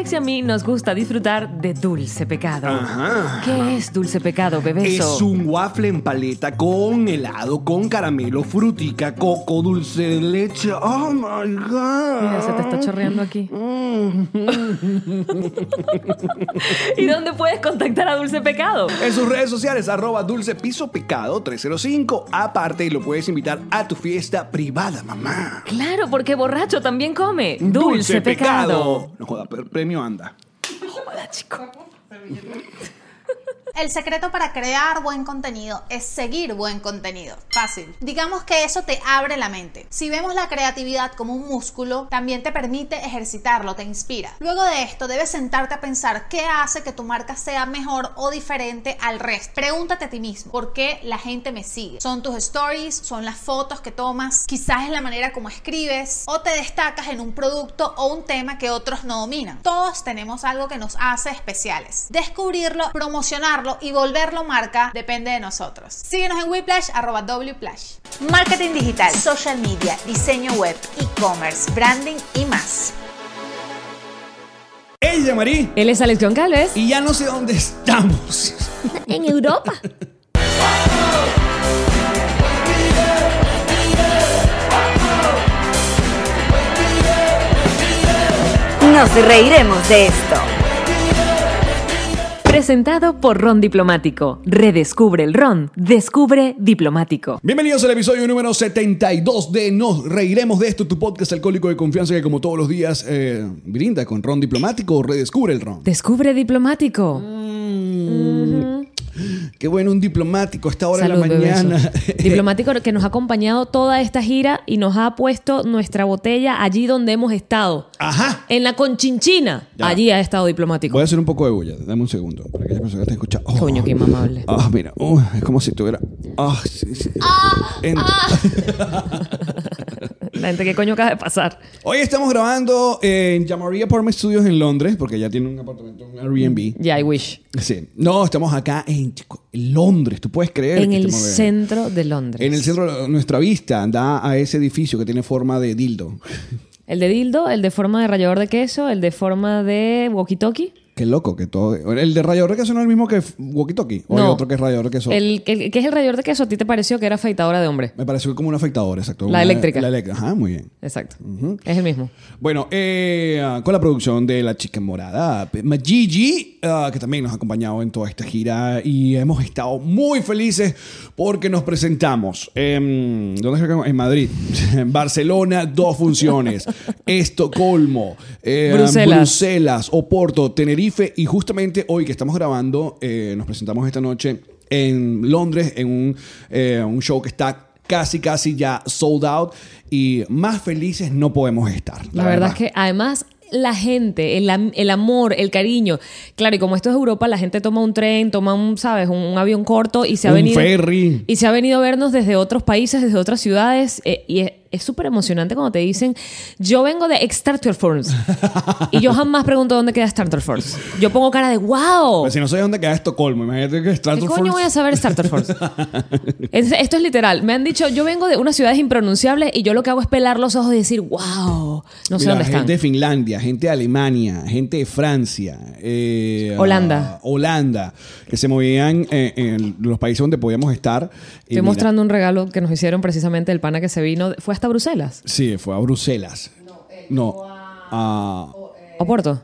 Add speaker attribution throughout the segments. Speaker 1: Alex y a mí nos gusta disfrutar de dulce pecado.
Speaker 2: Ajá.
Speaker 1: ¿Qué es dulce pecado, bebeso?
Speaker 2: Es un waffle en paleta con helado, con caramelo, frutica, coco, dulce de leche. Oh my God. Mm.
Speaker 1: Mira, se te está chorreando aquí. ¿Y dónde puedes contactar a Dulce Pecado?
Speaker 2: En sus redes sociales, arroba dulce piso pecado 305. Aparte, lo puedes invitar a tu fiesta privada, mamá.
Speaker 1: Claro, porque borracho también come. Dulce, pecado.
Speaker 2: No joda, pre- premio anda.
Speaker 1: Joda, chico.
Speaker 3: El secreto para crear buen contenido es seguir buen contenido. Fácil. Digamos que eso te abre la mente. Si vemos la creatividad como un músculo, también te permite ejercitarlo, te inspira. Luego de esto, debes sentarte a pensar qué hace que tu marca sea mejor o diferente al resto. Pregúntate a ti mismo, ¿por qué la gente me sigue? ¿Son tus stories? ¿Son las fotos que tomas? Quizás es la manera como escribes o te destacas en un producto o un tema que otros no dominan. Todos tenemos algo que nos hace especiales. Descubrirlo, promocionarlo y volverlo marca depende de nosotros. Síguenos en Weplash, arroba Wplash. Marketing digital, social media, diseño web, e-commerce, branding y más.
Speaker 2: Ella, Marí.
Speaker 1: Él es Alex John Calves.
Speaker 2: Y ya no sé dónde estamos.
Speaker 1: En Europa.
Speaker 4: Nos reiremos de esto.
Speaker 1: Presentado por Ron Diplomático. Redescubre el Ron. Descubre Diplomático.
Speaker 2: Bienvenidos al episodio número 72 de Nos Reiremos de esto, tu podcast alcohólico de confianza que como todos los días eh, brinda con ron diplomático o redescubre el ron.
Speaker 1: Descubre Diplomático.
Speaker 2: Qué bueno un diplomático a esta hora
Speaker 1: Salud,
Speaker 2: de la mañana.
Speaker 1: bebeso. Diplomático que nos ha acompañado toda esta gira y nos ha puesto nuestra botella allí donde hemos estado.
Speaker 2: Ajá.
Speaker 1: En la Conchinchina.
Speaker 2: Ya.
Speaker 1: Allí ha estado diplomático.
Speaker 2: Voy a hacer un poco de bulla, dame un segundo. Para aquellas personas que están escuchando. Oh.
Speaker 1: Coño, qué inmamable.
Speaker 2: Ah, mira, uh, es como si tuviera. Ah, sí, sí. En-
Speaker 1: La gente, ¿qué coño acaba de pasar?
Speaker 2: Hoy estamos grabando en Jamaria Apartment Studios en Londres, porque ya tiene un apartamento, un Airbnb.
Speaker 1: Ya, I wish.
Speaker 2: Sí. No, estamos acá en chico, en Londres, tú puedes creer.
Speaker 1: En
Speaker 2: que
Speaker 1: el
Speaker 2: estamos-
Speaker 1: centro de Londres.
Speaker 2: En el centro, nuestra vista da a ese edificio que tiene forma de dildo.
Speaker 1: El de dildo, el de forma de rallador de queso, el de forma de walkie-talkie.
Speaker 2: Qué loco que todo. El de rayador de queso no es el mismo que f- Walkie Talkie. O hay otro que es rayador de queso.
Speaker 1: El, el- ¿Qué es el rallador de queso? ¿A ti te pareció que era afeitadora de hombre?
Speaker 2: Me pareció como un afectador, exacto.
Speaker 1: La
Speaker 2: Una-
Speaker 1: eléctrica.
Speaker 2: La eléctrica. Ajá, muy bien.
Speaker 1: Exacto. Es el mismo.
Speaker 2: Bueno, eh, con la producción de La Chica Morada, Majigi, ah, que también nos ha acompañado en toda esta gira y hemos estado muy felices porque nos presentamos. em, ¿Dónde es que- En Madrid, en Barcelona, dos funciones, Estocolmo, eh,
Speaker 1: Bruselas.
Speaker 2: Bruselas, Oporto, Tenerife y justamente hoy que estamos grabando, eh, nos presentamos esta noche en Londres en un, eh, un show que está... Casi, casi ya sold out y más felices no podemos estar.
Speaker 1: La, verdad, es que además la gente, el, am- el amor, el cariño. Claro, y como esto es Europa, la gente toma un tren, toma un, ¿sabes? Un, un avión corto y se ha
Speaker 2: Un
Speaker 1: venido...
Speaker 2: ferry.
Speaker 1: Y se ha venido a vernos desde otros países, desde otras ciudades. eh, y es es súper emocionante cuando te dicen, yo vengo de Starter Force. y yo jamás pregunto dónde queda Starter Force. Yo pongo cara de, wow.
Speaker 2: Pero si no sé dónde queda Estocolmo, imagínate que
Speaker 1: ¿Qué
Speaker 2: Stratford
Speaker 1: coño voy a saber Starter Force? Es- esto es literal. Me han dicho, yo vengo de unas ciudades impronunciables y yo lo que hago es pelar los ojos y decir, wow, no sé
Speaker 2: Mira,
Speaker 1: dónde están.
Speaker 2: Gente de Finlandia, gente de Alemania, gente de Francia, eh,
Speaker 1: Holanda.
Speaker 2: ah, Holanda, que se movían eh, en los países donde podíamos estar. Y
Speaker 1: Estoy
Speaker 2: mira,
Speaker 1: mostrando un regalo que nos hicieron precisamente el pana que se vino. ¿Fue hasta Bruselas?
Speaker 2: Sí, fue a Bruselas. No. a...
Speaker 1: ¿O Porto?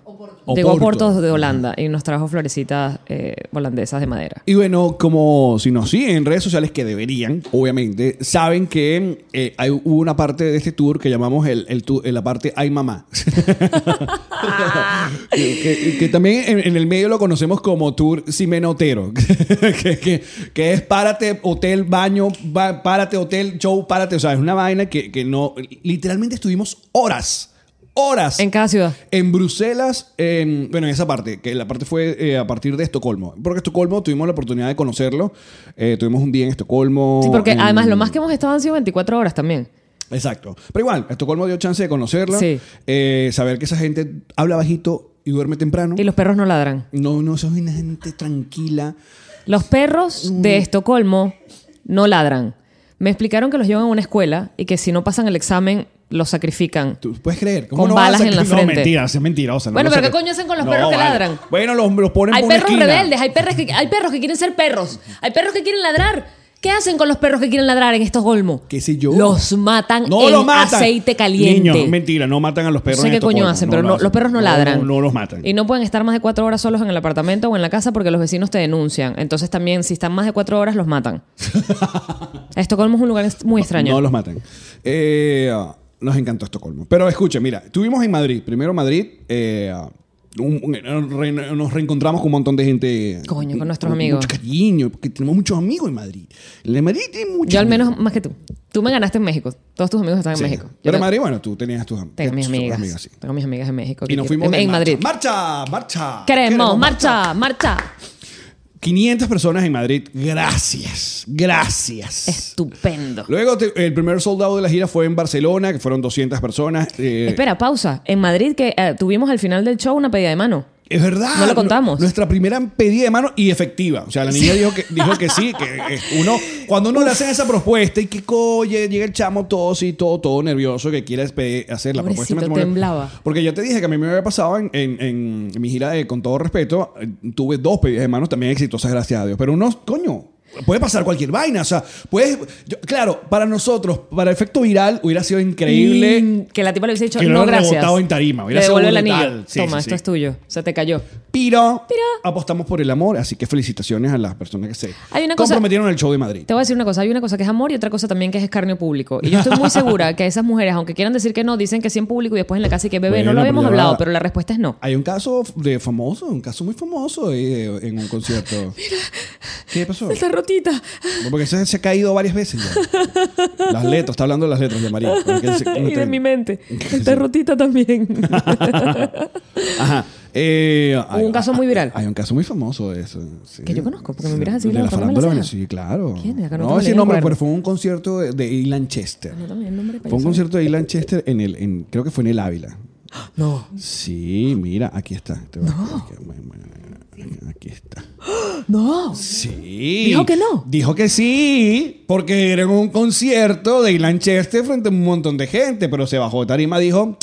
Speaker 1: Llegó a
Speaker 2: Oporto.
Speaker 1: puertos de Holanda y nos trajo florecitas eh, holandesas de madera.
Speaker 2: Y bueno, como si nos siguen en redes sociales, que deberían, obviamente, saben que eh, hay, hubo una parte de este tour que llamamos el, el tu- la parte Ay Mamá. que, que- que también en, en el medio lo conocemos como tour Simenotero. que, que, que es párate, hotel, baño, ba- párate, hotel, show, párate. O sea, es una vaina que, que no. Literalmente estuvimos horas. Horas.
Speaker 1: En cada ciudad.
Speaker 2: En Bruselas, en- bueno, en esa parte, que la parte fue eh, a partir de Estocolmo. Porque Estocolmo tuvimos la oportunidad de conocerlo. Eh, tuvimos un día en Estocolmo.
Speaker 1: Sí, porque
Speaker 2: en-
Speaker 1: además lo más que hemos estado han sido 24 horas también.
Speaker 2: Exacto. Pero igual, Estocolmo dio chance de conocerla.
Speaker 1: Sí.
Speaker 2: eh, saber que esa gente habla bajito y duerme temprano.
Speaker 1: Y los perros no ladran.
Speaker 2: No, no, son una gente tranquila.
Speaker 1: Los perros
Speaker 2: Mm.
Speaker 1: de Estocolmo no ladran. Me explicaron que los llevan a una escuela y que si no pasan el examen, los sacrifican.
Speaker 2: ¿Tú puedes creer?
Speaker 1: Con
Speaker 2: no
Speaker 1: balas
Speaker 2: vas a-
Speaker 1: en la
Speaker 2: no,
Speaker 1: frente.
Speaker 2: mentira, es mentira. o sea, no
Speaker 1: Bueno,
Speaker 2: lo
Speaker 1: pero
Speaker 2: saca-
Speaker 1: ¿qué coño hacen con los
Speaker 2: No,
Speaker 1: perros que
Speaker 2: vale.
Speaker 1: ladran?
Speaker 2: Bueno, los, los ponen
Speaker 1: Hay
Speaker 2: por una
Speaker 1: perros
Speaker 2: esquina.
Speaker 1: rebeldes, hay perros, que, hay perros que quieren ser perros, hay perros que quieren ladrar. ¿Qué hacen con los perros que quieren ladrar en Estocolmo?
Speaker 2: ¿Qué sé yo?
Speaker 1: Los matan en
Speaker 2: los matan.
Speaker 1: aceite caliente.
Speaker 2: Niños, mentira, no matan a los perros.
Speaker 1: no sé
Speaker 2: en
Speaker 1: qué coño
Speaker 2: Estocolmo,
Speaker 1: hacen, pero
Speaker 2: lo
Speaker 1: no, los perros no ladran.
Speaker 2: No, no los matan.
Speaker 1: Y no pueden estar más de cuatro horas solos en el apartamento o en la casa porque los vecinos te denuncian. Entonces también, si están más de cuatro horas, los matan. Estocolmo es un lugar est- muy extraño.
Speaker 2: No los matan. Eh, ah, nos encantó Estocolmo. Pero escucha, mira, estuvimos en Madrid. Primero Madrid. eh, ah, un- un- re- nos reencontramos con un montón de gente.
Speaker 1: Coño, con nuestros
Speaker 2: Mucho
Speaker 1: amigos.
Speaker 2: cariño, porque tenemos muchos amigos en Madrid. En Madrid tiene muchos.
Speaker 1: Yo al menos
Speaker 2: amigos.
Speaker 1: más que tú. Tú me ganaste en México. Todos tus amigos están en
Speaker 2: Sí.
Speaker 1: México. Yo
Speaker 2: Pero
Speaker 1: te-
Speaker 2: en Madrid, bueno, tú tenías tus am-
Speaker 1: Tengo mis
Speaker 2: tus
Speaker 1: amigas.
Speaker 2: sí.
Speaker 1: Tengo mis amigas en México.
Speaker 2: Y
Speaker 1: que
Speaker 2: nos
Speaker 1: quiero-
Speaker 2: fuimos
Speaker 1: en, en Madrid.
Speaker 2: Marcha, marcha.
Speaker 1: Queremos marcha, marcha.
Speaker 2: 500 personas en Madrid. Gracias. Gracias.
Speaker 1: Estupendo.
Speaker 2: Luego te- el primer soldado de la gira fue en Barcelona, que fueron 200 personas. Eh,
Speaker 1: Espera, pausa. En Madrid que eh, tuvimos al final del show una pedida de mano.
Speaker 2: Es verdad.
Speaker 1: No lo contamos.
Speaker 2: Nuestra primera pedida de mano y efectiva. O sea, la niña dijo, que, dijo que sí, que eh, uno, cuando uno le hacen esa propuesta y que coye, llega el chamo todo así, todo, todo nervioso, que quiere pe- hacer la propuesta.
Speaker 1: Pobrecito,
Speaker 2: de matrimonio.
Speaker 1: temblaba.
Speaker 2: Porque yo te dije que a mí me había pasado en, en- en mi gira de Con todo respeto, eh, tuve dos pedidas de manos también exitosas, gracias a Dios. Pero uno, coño. Puede pasar cualquier vaina, o sea, puedes. yo- claro, para nosotros, para efecto viral, hubiera sido increíble
Speaker 1: Mm, que la tipa le hubiese dicho,
Speaker 2: Que lo
Speaker 1: no,
Speaker 2: hubiera
Speaker 1: gracias.
Speaker 2: rebotado en tarima,
Speaker 1: Le
Speaker 2: hubiera sido
Speaker 1: devuelve el
Speaker 2: brutal.
Speaker 1: anillo.
Speaker 2: Sí,
Speaker 1: Toma,
Speaker 2: sí,
Speaker 1: esto
Speaker 2: sí.
Speaker 1: es tuyo. Se te cayó.
Speaker 2: Pero,
Speaker 1: Pero-
Speaker 2: apostamos por el amor, así que felicitaciones a las personas que se
Speaker 1: Hay una cosa-
Speaker 2: comprometieron en el show de Madrid.
Speaker 1: Te voy a decir una cosa, hay una cosa que es amor y otra cosa también que es escarnio público. Y yo estoy muy segura que esas mujeres, aunque quieran decir que no, dicen que sí en público y después en la casa y que bebé, no
Speaker 2: Bueno,
Speaker 1: lo habíamos
Speaker 2: pero ya
Speaker 1: hablado,
Speaker 2: va.
Speaker 1: pero la respuesta es no.
Speaker 2: Hay un caso de famoso, un caso muy famoso eh, en un concierto. ¿Qué pasó?
Speaker 1: Está rotita.
Speaker 2: No, Porque se, se ha caído varias veces ya. Las letras, está hablando de las letras de María. Porque él se-
Speaker 1: Y de mi mente. Está
Speaker 2: Sí.
Speaker 1: rotita también.
Speaker 2: Ajá. Eh, hay-
Speaker 1: un caso muy viral.
Speaker 2: Hay un caso muy famoso de eso. sí.
Speaker 1: Que yo conozco, porque me miras así,
Speaker 2: De
Speaker 1: la
Speaker 2: la
Speaker 1: forma me la
Speaker 2: farándula,
Speaker 1: sabes.
Speaker 2: sí, claro.
Speaker 1: ¿Quién? Acá no
Speaker 2: No,
Speaker 1: tengo
Speaker 2: ese
Speaker 1: el
Speaker 2: nombre,
Speaker 1: recuerdo.
Speaker 2: pero fue un concierto de, de Ilan Chester.
Speaker 1: Anótame el nombre para
Speaker 2: Fue
Speaker 1: yo
Speaker 2: un
Speaker 1: saber.
Speaker 2: concierto de Ilan Chester en el, en- creo que fue en el Ávila.
Speaker 1: No.
Speaker 2: Sí, mira, aquí está. Te voy a- Aquí está.
Speaker 1: No.
Speaker 2: Sí.
Speaker 1: Dijo que no.
Speaker 2: Dijo que sí, porque era un concierto de Ilan Chester frente a un montón de gente, pero se bajó de tarima y dijo,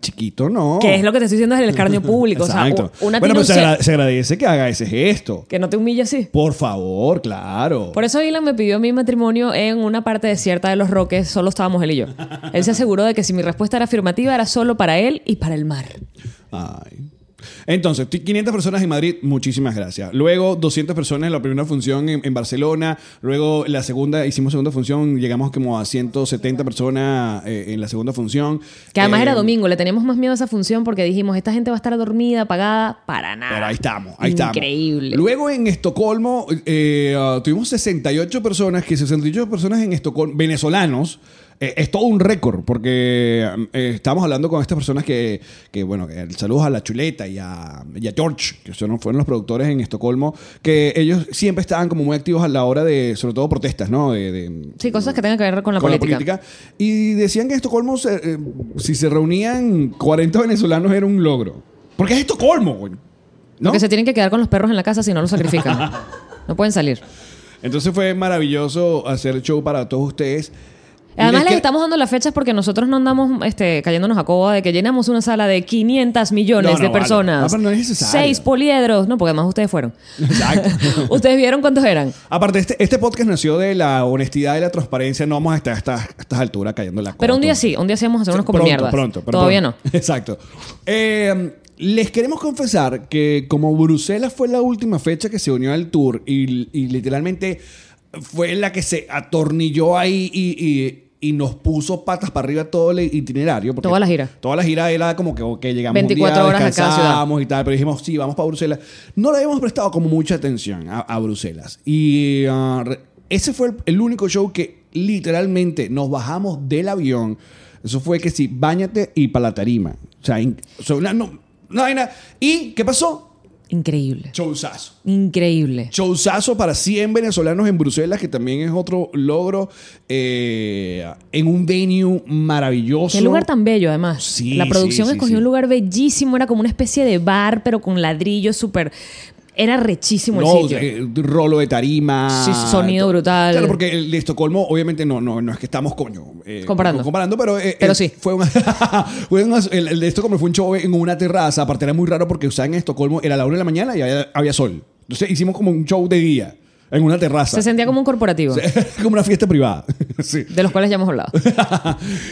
Speaker 2: chiquito, no.
Speaker 1: Que es lo que te estoy diciendo es el escarnio público.
Speaker 2: Exacto.
Speaker 1: O sea, u- una tiene
Speaker 2: bueno, pero
Speaker 1: un
Speaker 2: se,
Speaker 1: che-
Speaker 2: agra- se agradece que haga ese gesto.
Speaker 1: Que no te humilla así.
Speaker 2: Por favor, claro.
Speaker 1: Por eso Dylan me pidió mi matrimonio en una parte desierta de los Roques, solo estábamos él y yo. Él se aseguró de que si mi respuesta era afirmativa, era solo para él y para el mar.
Speaker 2: Ay. Entonces, ti- 500 personas en Madrid, muchísimas gracias. Luego, 200 personas en la primera función en, en Barcelona. Luego, la segunda, hicimos segunda función, llegamos como a 170 personas eh, en la segunda función.
Speaker 1: Que además
Speaker 2: Eh,
Speaker 1: era domingo, le teníamos más miedo a esa función porque dijimos, esta gente va a estar dormida, apagada, para nada.
Speaker 2: Pero ahí estamos, ahí estamos.
Speaker 1: Ah, Increíble.
Speaker 2: Luego en Estocolmo eh, ah, tuvimos 68 personas, que 68 personas en Estocolmo, venezolanos. eh, es todo un récord, porque eh, estamos hablando con estas personas que, que, bueno, que saludos a La Chuleta y a, y a George, que son, fueron los productores en Estocolmo, que ellos siempre estaban como muy activos a la hora de, sobre todo, protestas, ¿no? De, de-
Speaker 1: sí, cosas que tengan que ver con la política.
Speaker 2: Y decían que en Estocolmo, se- eh, si se reunían 40 venezolanos, era un logro. Porque es Estocolmo, güey. ¿no?
Speaker 1: Porque se tienen que quedar con los perros en la casa si no los sacrifican. no pueden salir.
Speaker 2: Entonces fue maravilloso hacer show para todos ustedes.
Speaker 1: Además,
Speaker 2: Y es
Speaker 1: les
Speaker 2: que-
Speaker 1: estamos dando las fechas porque nosotros no andamos este, cayéndonos a coba de que llenamos una sala de 500 millones
Speaker 2: No, no,
Speaker 1: de
Speaker 2: vale.
Speaker 1: personas.
Speaker 2: Ah, pero no es necesario.
Speaker 1: Seis poliedros. No, porque además ustedes fueron.
Speaker 2: Exacto.
Speaker 1: ¿Ustedes vieron cuántos eran?
Speaker 2: Aparte, este, este podcast nació de la honestidad y la transparencia. No vamos a estar a estas, a estas alturas cayendo en la
Speaker 1: Pero un día
Speaker 2: costa.
Speaker 1: sí, un día sí vamos a hacer unos
Speaker 2: pronto,
Speaker 1: comimierdas.
Speaker 2: pronto, pero
Speaker 1: Todavía
Speaker 2: pronto. Exacto. Eh, Les queremos confesar que como Bruselas fue la última fecha que se unió al tour y, y literalmente fue la que se atornilló ahí y, y- y nos puso patas para arriba todo el itinerario. porque
Speaker 1: Toda la gira.
Speaker 2: Toda la gira era como que ok, llegamos
Speaker 1: 24
Speaker 2: un día,
Speaker 1: horas a cada ciudad.
Speaker 2: descansamos y tal, pero dijimos, sí, vamos para Bruselas. No le habíamos prestado como mucha atención a, a Bruselas. Y ah, re- ese fue el, el único show que literalmente nos bajamos del avión. Eso fue que sí, bañate y para la tarima. O sea, in- o sea, una- no, no hay nada. ¿Y qué pasó?
Speaker 1: Increíble.
Speaker 2: Showzazo.
Speaker 1: Increíble.
Speaker 2: Showzazo para 100 venezolanos en Bruselas, que también es otro logro eh, en un venue maravilloso.
Speaker 1: Qué lugar tan bello, además.
Speaker 2: Sí,
Speaker 1: la producción
Speaker 2: sí, sí,
Speaker 1: escogió
Speaker 2: sí.
Speaker 1: un lugar bellísimo, era como una especie de bar, pero con ladrillos súper. Era rechísimo el
Speaker 2: No,
Speaker 1: sitio.
Speaker 2: eh, rolo de tarima.
Speaker 1: Sí, sonido brutal.
Speaker 2: Claro, porque el de Estocolmo, obviamente, no, no, no es que estamos, coño. eh,
Speaker 1: Comparando.
Speaker 2: Comparando, pero. eh,
Speaker 1: Pero
Speaker 2: eh,
Speaker 1: sí.
Speaker 2: Fue una- fue una- el, el de Estocolmo fue un show en una terraza. Aparte, era muy raro porque, o sea, en Estocolmo era la una de la mañana y había, había sol. Entonces, hicimos como un show de día en una terraza.
Speaker 1: Se sentía como un corporativo,
Speaker 2: como una fiesta privada. sí.
Speaker 1: de los cuales ya hemos hablado.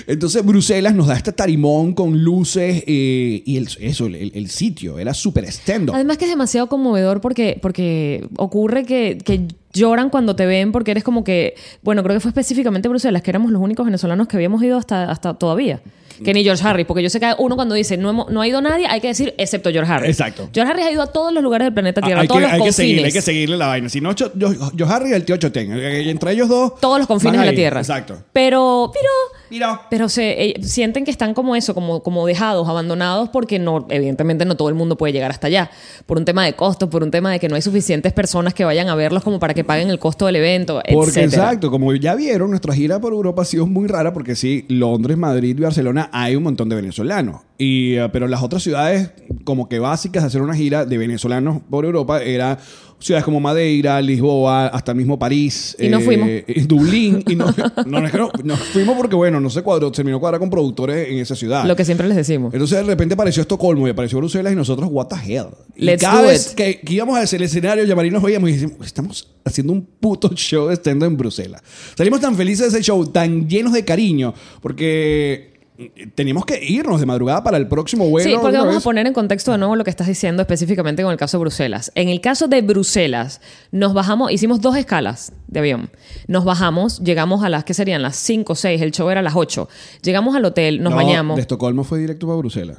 Speaker 2: Entonces Bruselas nos da este tarimón con luces eh, y el, eso, el, el sitio era súper estendo.
Speaker 1: Además que es demasiado conmovedor porque, porque ocurre que, que lloran cuando te ven porque eres como que, bueno, creo que fue específicamente Bruselas, que éramos los únicos venezolanos que habíamos ido hasta, hasta todavía. Que ni George Harris, porque yo sé que uno cuando dice no, hemos- no ha ido nadie, hay que decir excepto George Harris.
Speaker 2: Exacto.
Speaker 1: George Harris ha ido a todos los lugares del planeta Tierra, a
Speaker 2: Ah, hay,
Speaker 1: todos
Speaker 2: que,
Speaker 1: los
Speaker 2: hay que
Speaker 1: confines.
Speaker 2: seguirle, hay que seguirle la vaina. Si no, yo, yo, yo Harry y el tío Chotén. Eh, Entre ellos dos.
Speaker 1: todos los confines
Speaker 2: van
Speaker 1: de la
Speaker 2: ahí.
Speaker 1: Tierra.
Speaker 2: Exacto.
Speaker 1: Pero, pero,
Speaker 2: Mira.
Speaker 1: pero se eh, sienten que están como eso, como, como dejados, abandonados, porque no, evidentemente no todo el mundo puede llegar hasta allá. Por un tema de costos, por un tema de que no hay suficientes personas que vayan a verlos como para que paguen el costo del evento,
Speaker 2: Porque
Speaker 1: etcétera.
Speaker 2: exacto, como ya vieron, nuestra gira por Europa ha sido muy rara porque sí, Londres, Madrid y Barcelona hay un montón de venezolanos. Y, eh, pero las otras ciudades como que básicas de hacer una gira de venezolanos por Europa era ciudades como Madeira, Lisboa, hasta mismo París. eh,
Speaker 1: Y no fuimos.
Speaker 2: Dublín. Y no, no, no es que no, nos fuimos porque bueno, no se cuadró, terminó cuadra con productores en esa ciudad.
Speaker 1: Lo que siempre les decimos.
Speaker 2: Entonces de repente apareció Estocolmo y apareció Bruselas y nosotros, what the hell. Y
Speaker 1: Let's
Speaker 2: cada
Speaker 1: do
Speaker 2: vez
Speaker 1: it.
Speaker 2: Que, que íbamos hacia el escenario, Yamari nos veíamos y decimos, estamos haciendo un puto show de stand en Bruselas. Salimos tan felices de ese show, tan llenos de cariño, porque eh, teníamos que irnos de madrugada para el próximo vuelo.
Speaker 1: sí, porque
Speaker 2: una
Speaker 1: vamos a
Speaker 2: vez.
Speaker 1: poner en contexto de nuevo lo que estás diciendo específicamente con el caso de Bruselas. En el caso de Bruselas, nos bajamos, hicimos dos escalas de avión. Nos bajamos, llegamos a las que serían las 5 o 6, el show era a las 8. Llegamos al hotel, nos
Speaker 2: No,
Speaker 1: bañamos.
Speaker 2: De Estocolmo fue directo para Bruselas.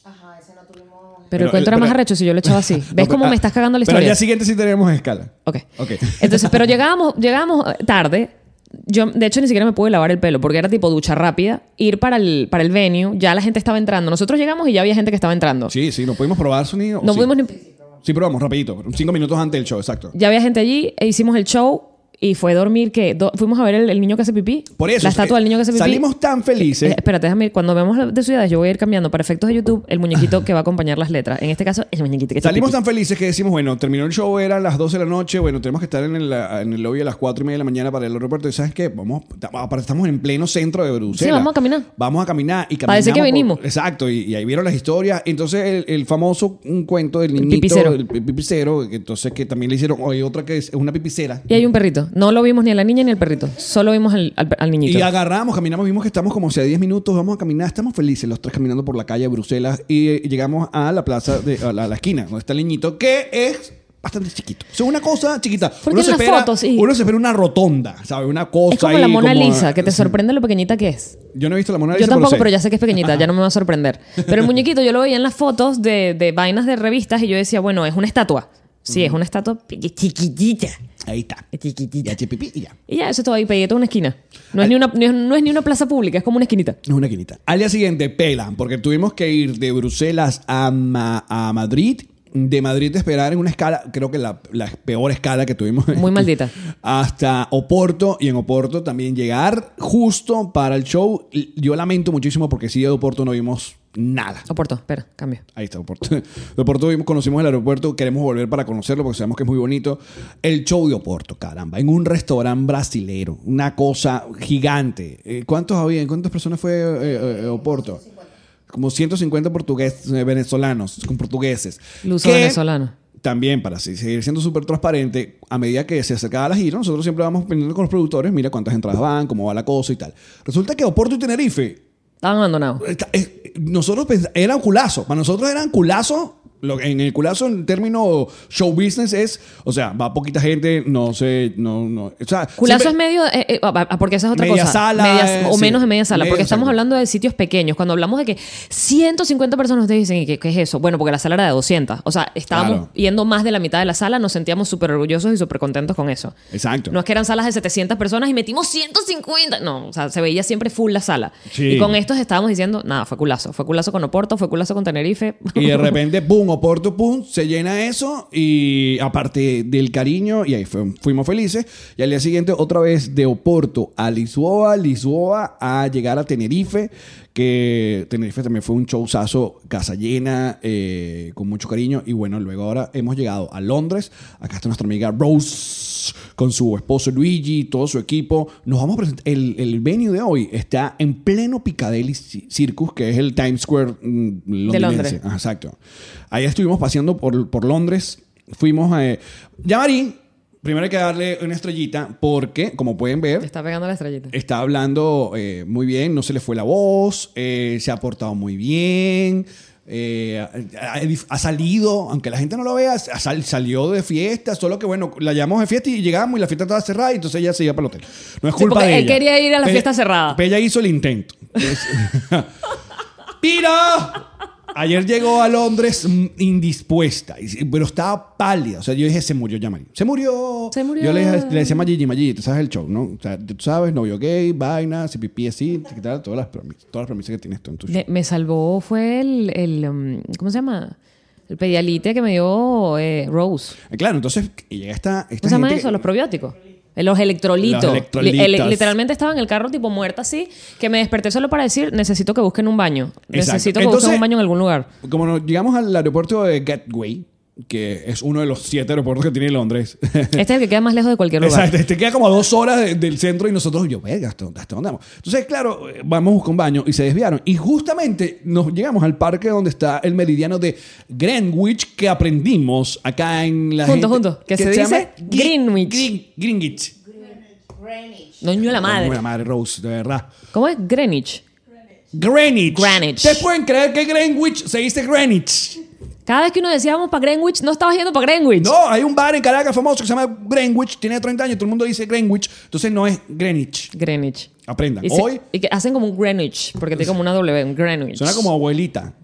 Speaker 1: Pero el
Speaker 2: Pero-
Speaker 1: cuento era
Speaker 2: pero-
Speaker 1: más arrecho si yo lo echaba así.
Speaker 2: No,
Speaker 1: ¿Ves
Speaker 2: pero-
Speaker 1: cómo
Speaker 2: ah,
Speaker 1: me estás cagando la
Speaker 2: Pero al
Speaker 1: historia?
Speaker 2: día siguiente sí teníamos escala.
Speaker 1: Ok.
Speaker 2: Ok.
Speaker 1: Entonces, pero llegábamos, llegábamos eh, tarde. Yo, de hecho, ni siquiera me pude lavar el pelo porque era tipo ducha rápida. Ir para el, para el venue, ya la gente estaba entrando. Nosotros llegamos y ya había gente que estaba entrando.
Speaker 2: Sí, sí, no pudimos probar sonido.
Speaker 1: no
Speaker 2: sí.
Speaker 1: pudimos ni-
Speaker 2: Sí, probamos, rapidito. Cinco minutos antes del show, exacto.
Speaker 1: Ya había gente allí, e hicimos el show y fue dormir que do- fuimos a ver el, el niño que hace pipí.
Speaker 2: Por eso.
Speaker 1: La estatua del niño que hace
Speaker 2: se
Speaker 1: pipí.
Speaker 2: Salimos tan felices.
Speaker 1: Eh, espérate, déjame ir. Cuando veamos de ciudades, yo voy a ir cambiando para efectos de YouTube el muñequito que va a acompañar las letras. En este caso, el muñequito que hace
Speaker 2: Salimos
Speaker 1: pipí.
Speaker 2: tan felices que decimos, bueno, terminó el show, eran las 12 de la noche, bueno, tenemos que estar en el, en el lobby a las 4 y media de la mañana para el aeropuerto. ¿Y sabes qué? Vamos, ta- ah, aparte estamos en pleno centro de Bruselas.
Speaker 1: Sí, vamos a caminar.
Speaker 2: Vamos a caminar y caminamos.
Speaker 1: Parece que
Speaker 2: por-
Speaker 1: venimos.
Speaker 2: exacto, y, y ahí vieron las historias. Entonces, el, el famoso un cuento del niñito,
Speaker 1: pipicero.
Speaker 2: el pi- pipicero, que entonces que también le hicieron, hay otra que es una pipicera.
Speaker 1: Y hay un perrito. No lo vimos ni a la niña ni al perrito. Solo vimos al, al- al niñito.
Speaker 2: Y agarramos, caminamos, vimos que estamos como si a 10 minutos, vamos a caminar, estamos felices los tres caminando por la calle de Bruselas y eh, llegamos a la plaza, de, a, la, a la esquina, donde está el niñito, que es bastante chiquito. O sea, una cosa chiquita.
Speaker 1: Porque en las fotos, sí.
Speaker 2: uno se espera una rotonda, ¿sabes? Una cosa
Speaker 1: es como
Speaker 2: ahí,
Speaker 1: la Mona
Speaker 2: como-
Speaker 1: Lisa, que te sorprende lo pequeñita que es.
Speaker 2: Yo no he visto la Mona Lisa,
Speaker 1: Yo tampoco,
Speaker 2: sé.
Speaker 1: pero ya sé que es pequeñita, ya no me va a sorprender. Pero el muñequito yo lo veía en las fotos de, de vainas de revistas y yo decía, bueno, es una estatua. Sí, es una estatua pe- chiquitita.
Speaker 2: Ahí está.
Speaker 1: Chiquitita.
Speaker 2: Ya, chipipí y ya.
Speaker 1: Y ya, eso todo ahí pegadito a una esquina. No es, ni una, no es- no es ni una plaza pública, es como una esquinita.
Speaker 2: No, una quinita. Al día siguiente, pelan, porque tuvimos que ir de Bruselas a, Ma- a Madrid. De Madrid esperar en una escala, creo que la, la peor escala que tuvimos.
Speaker 1: Muy maldita.
Speaker 2: Hasta Oporto y en Oporto también llegar justo para el show. Y Yo lamento muchísimo porque sí de Oporto no vimos nada.
Speaker 1: Oporto, espera, cambio.
Speaker 2: Ahí está Oporto. De Oporto vimos- conocimos el aeropuerto, queremos volver para conocerlo porque sabemos que es muy bonito. El show de Oporto, caramba, en un restaurante brasilero, una cosa gigante. Eh, ¿Cuántos había? ¿Cuántas personas fue eh, eh, Oporto? Como 150 portugueses, eh, venezolanos, con portugueses.
Speaker 1: Luso
Speaker 2: Que-
Speaker 1: venezolano.
Speaker 2: también para así seguir siendo súper transparente, a medida que se acercaba la gira, nosotros siempre vamos pendiendo con los productores, mira cuántas entradas van, cómo va la cosa y tal. Resulta que Oporto y Tenerife
Speaker 1: Estaban abandonados.
Speaker 2: Esta- es- nosotros pens- era un culazo. Para nosotros eran culazo. Lo, en el culazo, el término show business es, o sea, va poquita gente, no sé, no, no. O sea,
Speaker 1: Culazo
Speaker 2: siempre-
Speaker 1: es medio, eh, eh, ah, ah, porque esa es otra
Speaker 2: Media
Speaker 1: cosa.
Speaker 2: sala,
Speaker 1: Media-
Speaker 2: eh,
Speaker 1: o
Speaker 2: sí.
Speaker 1: menos de media sala,
Speaker 2: Medio,
Speaker 1: porque estamos
Speaker 2: exacto.
Speaker 1: hablando de sitios pequeños. Cuando hablamos de que 150 personas, ustedes dicen, ¿y qué, qué es eso? Bueno, porque la sala era de 200. O sea, estábamos
Speaker 2: Claro.
Speaker 1: yendo más de la mitad de la sala, nos sentíamos súper orgullosos y súper contentos con eso.
Speaker 2: Exacto.
Speaker 1: No es que eran salas de 700 personas y metimos 150. No, o sea, se veía siempre full la sala.
Speaker 2: Sí.
Speaker 1: Y con estos estábamos diciendo, nada, fue culazo. Fue culazo con Oporto, fue culazo con Tenerife.
Speaker 2: Y de repente, boom, Oporto, pum, se llena eso. Y aparte del cariño, y ahí fu- fuimos felices. Y al día siguiente, otra vez de Oporto a Lisboa, Lisboa a llegar a Tenerife. Que Tenerife también fue un showzazo, casa llena, eh, con mucho cariño. Y bueno, luego ahora hemos llegado a Londres. Acá está nuestra amiga Rose con su esposo Luigi, todo su equipo. Nos vamos a presentar. El, el venue de hoy está en pleno Piccadilly Ci- Circus, que es el Times Square mm,
Speaker 1: De
Speaker 2: londinense.
Speaker 1: Londres.
Speaker 2: Ah, exacto. Ahí estuvimos paseando por, por Londres. Fuimos a. Ya Marín, primero hay que darle una estrellita porque, como pueden ver,
Speaker 1: Está pegando la estrellita.
Speaker 2: está hablando eh, muy bien, no se le fue la voz, eh, se ha portado muy bien. eh, ha, ha salido, aunque la gente no lo vea, ha sal- salió de fiesta, solo que bueno, la llamamos de fiesta y llegamos y la fiesta estaba cerrada y entonces ella se iba para el hotel. No es
Speaker 1: Sí,
Speaker 2: culpa
Speaker 1: porque
Speaker 2: de
Speaker 1: él
Speaker 2: ella.
Speaker 1: quería ir a la
Speaker 2: Pero-
Speaker 1: fiesta cerrada.
Speaker 2: pero ella hizo el intento. Es- ¡Piro! Ayer llegó a Londres mm, indispuesta, y- pero estaba pálida. O sea, yo dije, se murió ya, María. Se murió.
Speaker 1: Se murió.
Speaker 2: Yo le, dije- le decía a Magigi, Magigi, tú sabes el show, ¿no? O sea, tú sabes, novio gay, vaina, si pipí así, ¿qué tal? Todas las premisas, todas las premisas que tienes tú en tu show.
Speaker 1: Me, me salvó fue el, el, um, ¿cómo se llama? El pedialite que me dio eh, Rose.
Speaker 2: Eh, Claro, entonces, y llega esta, esta
Speaker 1: ¿Cómo se llama
Speaker 2: gente
Speaker 1: eso?
Speaker 2: que-
Speaker 1: Los probióticos. Eh, Los electrolitos.
Speaker 2: Los electrolitos.
Speaker 1: Li- ele- literalmente estaba en el carro tipo muerta así, que me desperté solo para decir, necesito que busquen un baño.
Speaker 2: Exacto.
Speaker 1: Necesito que
Speaker 2: Entonces-
Speaker 1: busquen un baño en algún lugar.
Speaker 2: Como nos llegamos al aeropuerto de Gatwick, que es uno de los siete aeropuertos que tiene Londres.
Speaker 1: Este es el que queda más lejos de cualquier lugar.
Speaker 2: Exacto, te queda como a dos horas de- del centro y nosotros, yo, verga, ¿hasta dónde, hasta dónde vamos? Entonces, claro, eh, vamos a buscar un baño y se desviaron. Y justamente nos llegamos al parque donde está el meridiano de Greenwich que aprendimos acá en la.
Speaker 1: Junto,
Speaker 2: gente-
Speaker 1: junto, que se dice
Speaker 2: llama Gre-
Speaker 1: Greenwich.
Speaker 2: Green- Greenwich.
Speaker 1: No, ño la madre.
Speaker 2: Buena madre, Rose, de verdad.
Speaker 1: ¿Cómo es? Greenwich.
Speaker 2: Greenwich.
Speaker 1: Greenwich.
Speaker 2: ¿Ustedes pueden creer que Greenwich se dice Greenwich?
Speaker 1: Cada vez que uno decía vamos para Greenwich, no estabas yendo para Greenwich.
Speaker 2: No, hay un bar en Caracas famoso que se llama Greenwich, tiene 30 años, todo el mundo dice Greenwich, entonces no es Greenwich.
Speaker 1: Greenwich.
Speaker 2: Aprendan.
Speaker 1: Y, se-
Speaker 2: Hoy
Speaker 1: y que hacen como un Greenwich, porque tiene como una W, un Greenwich.
Speaker 2: suena como abuelita.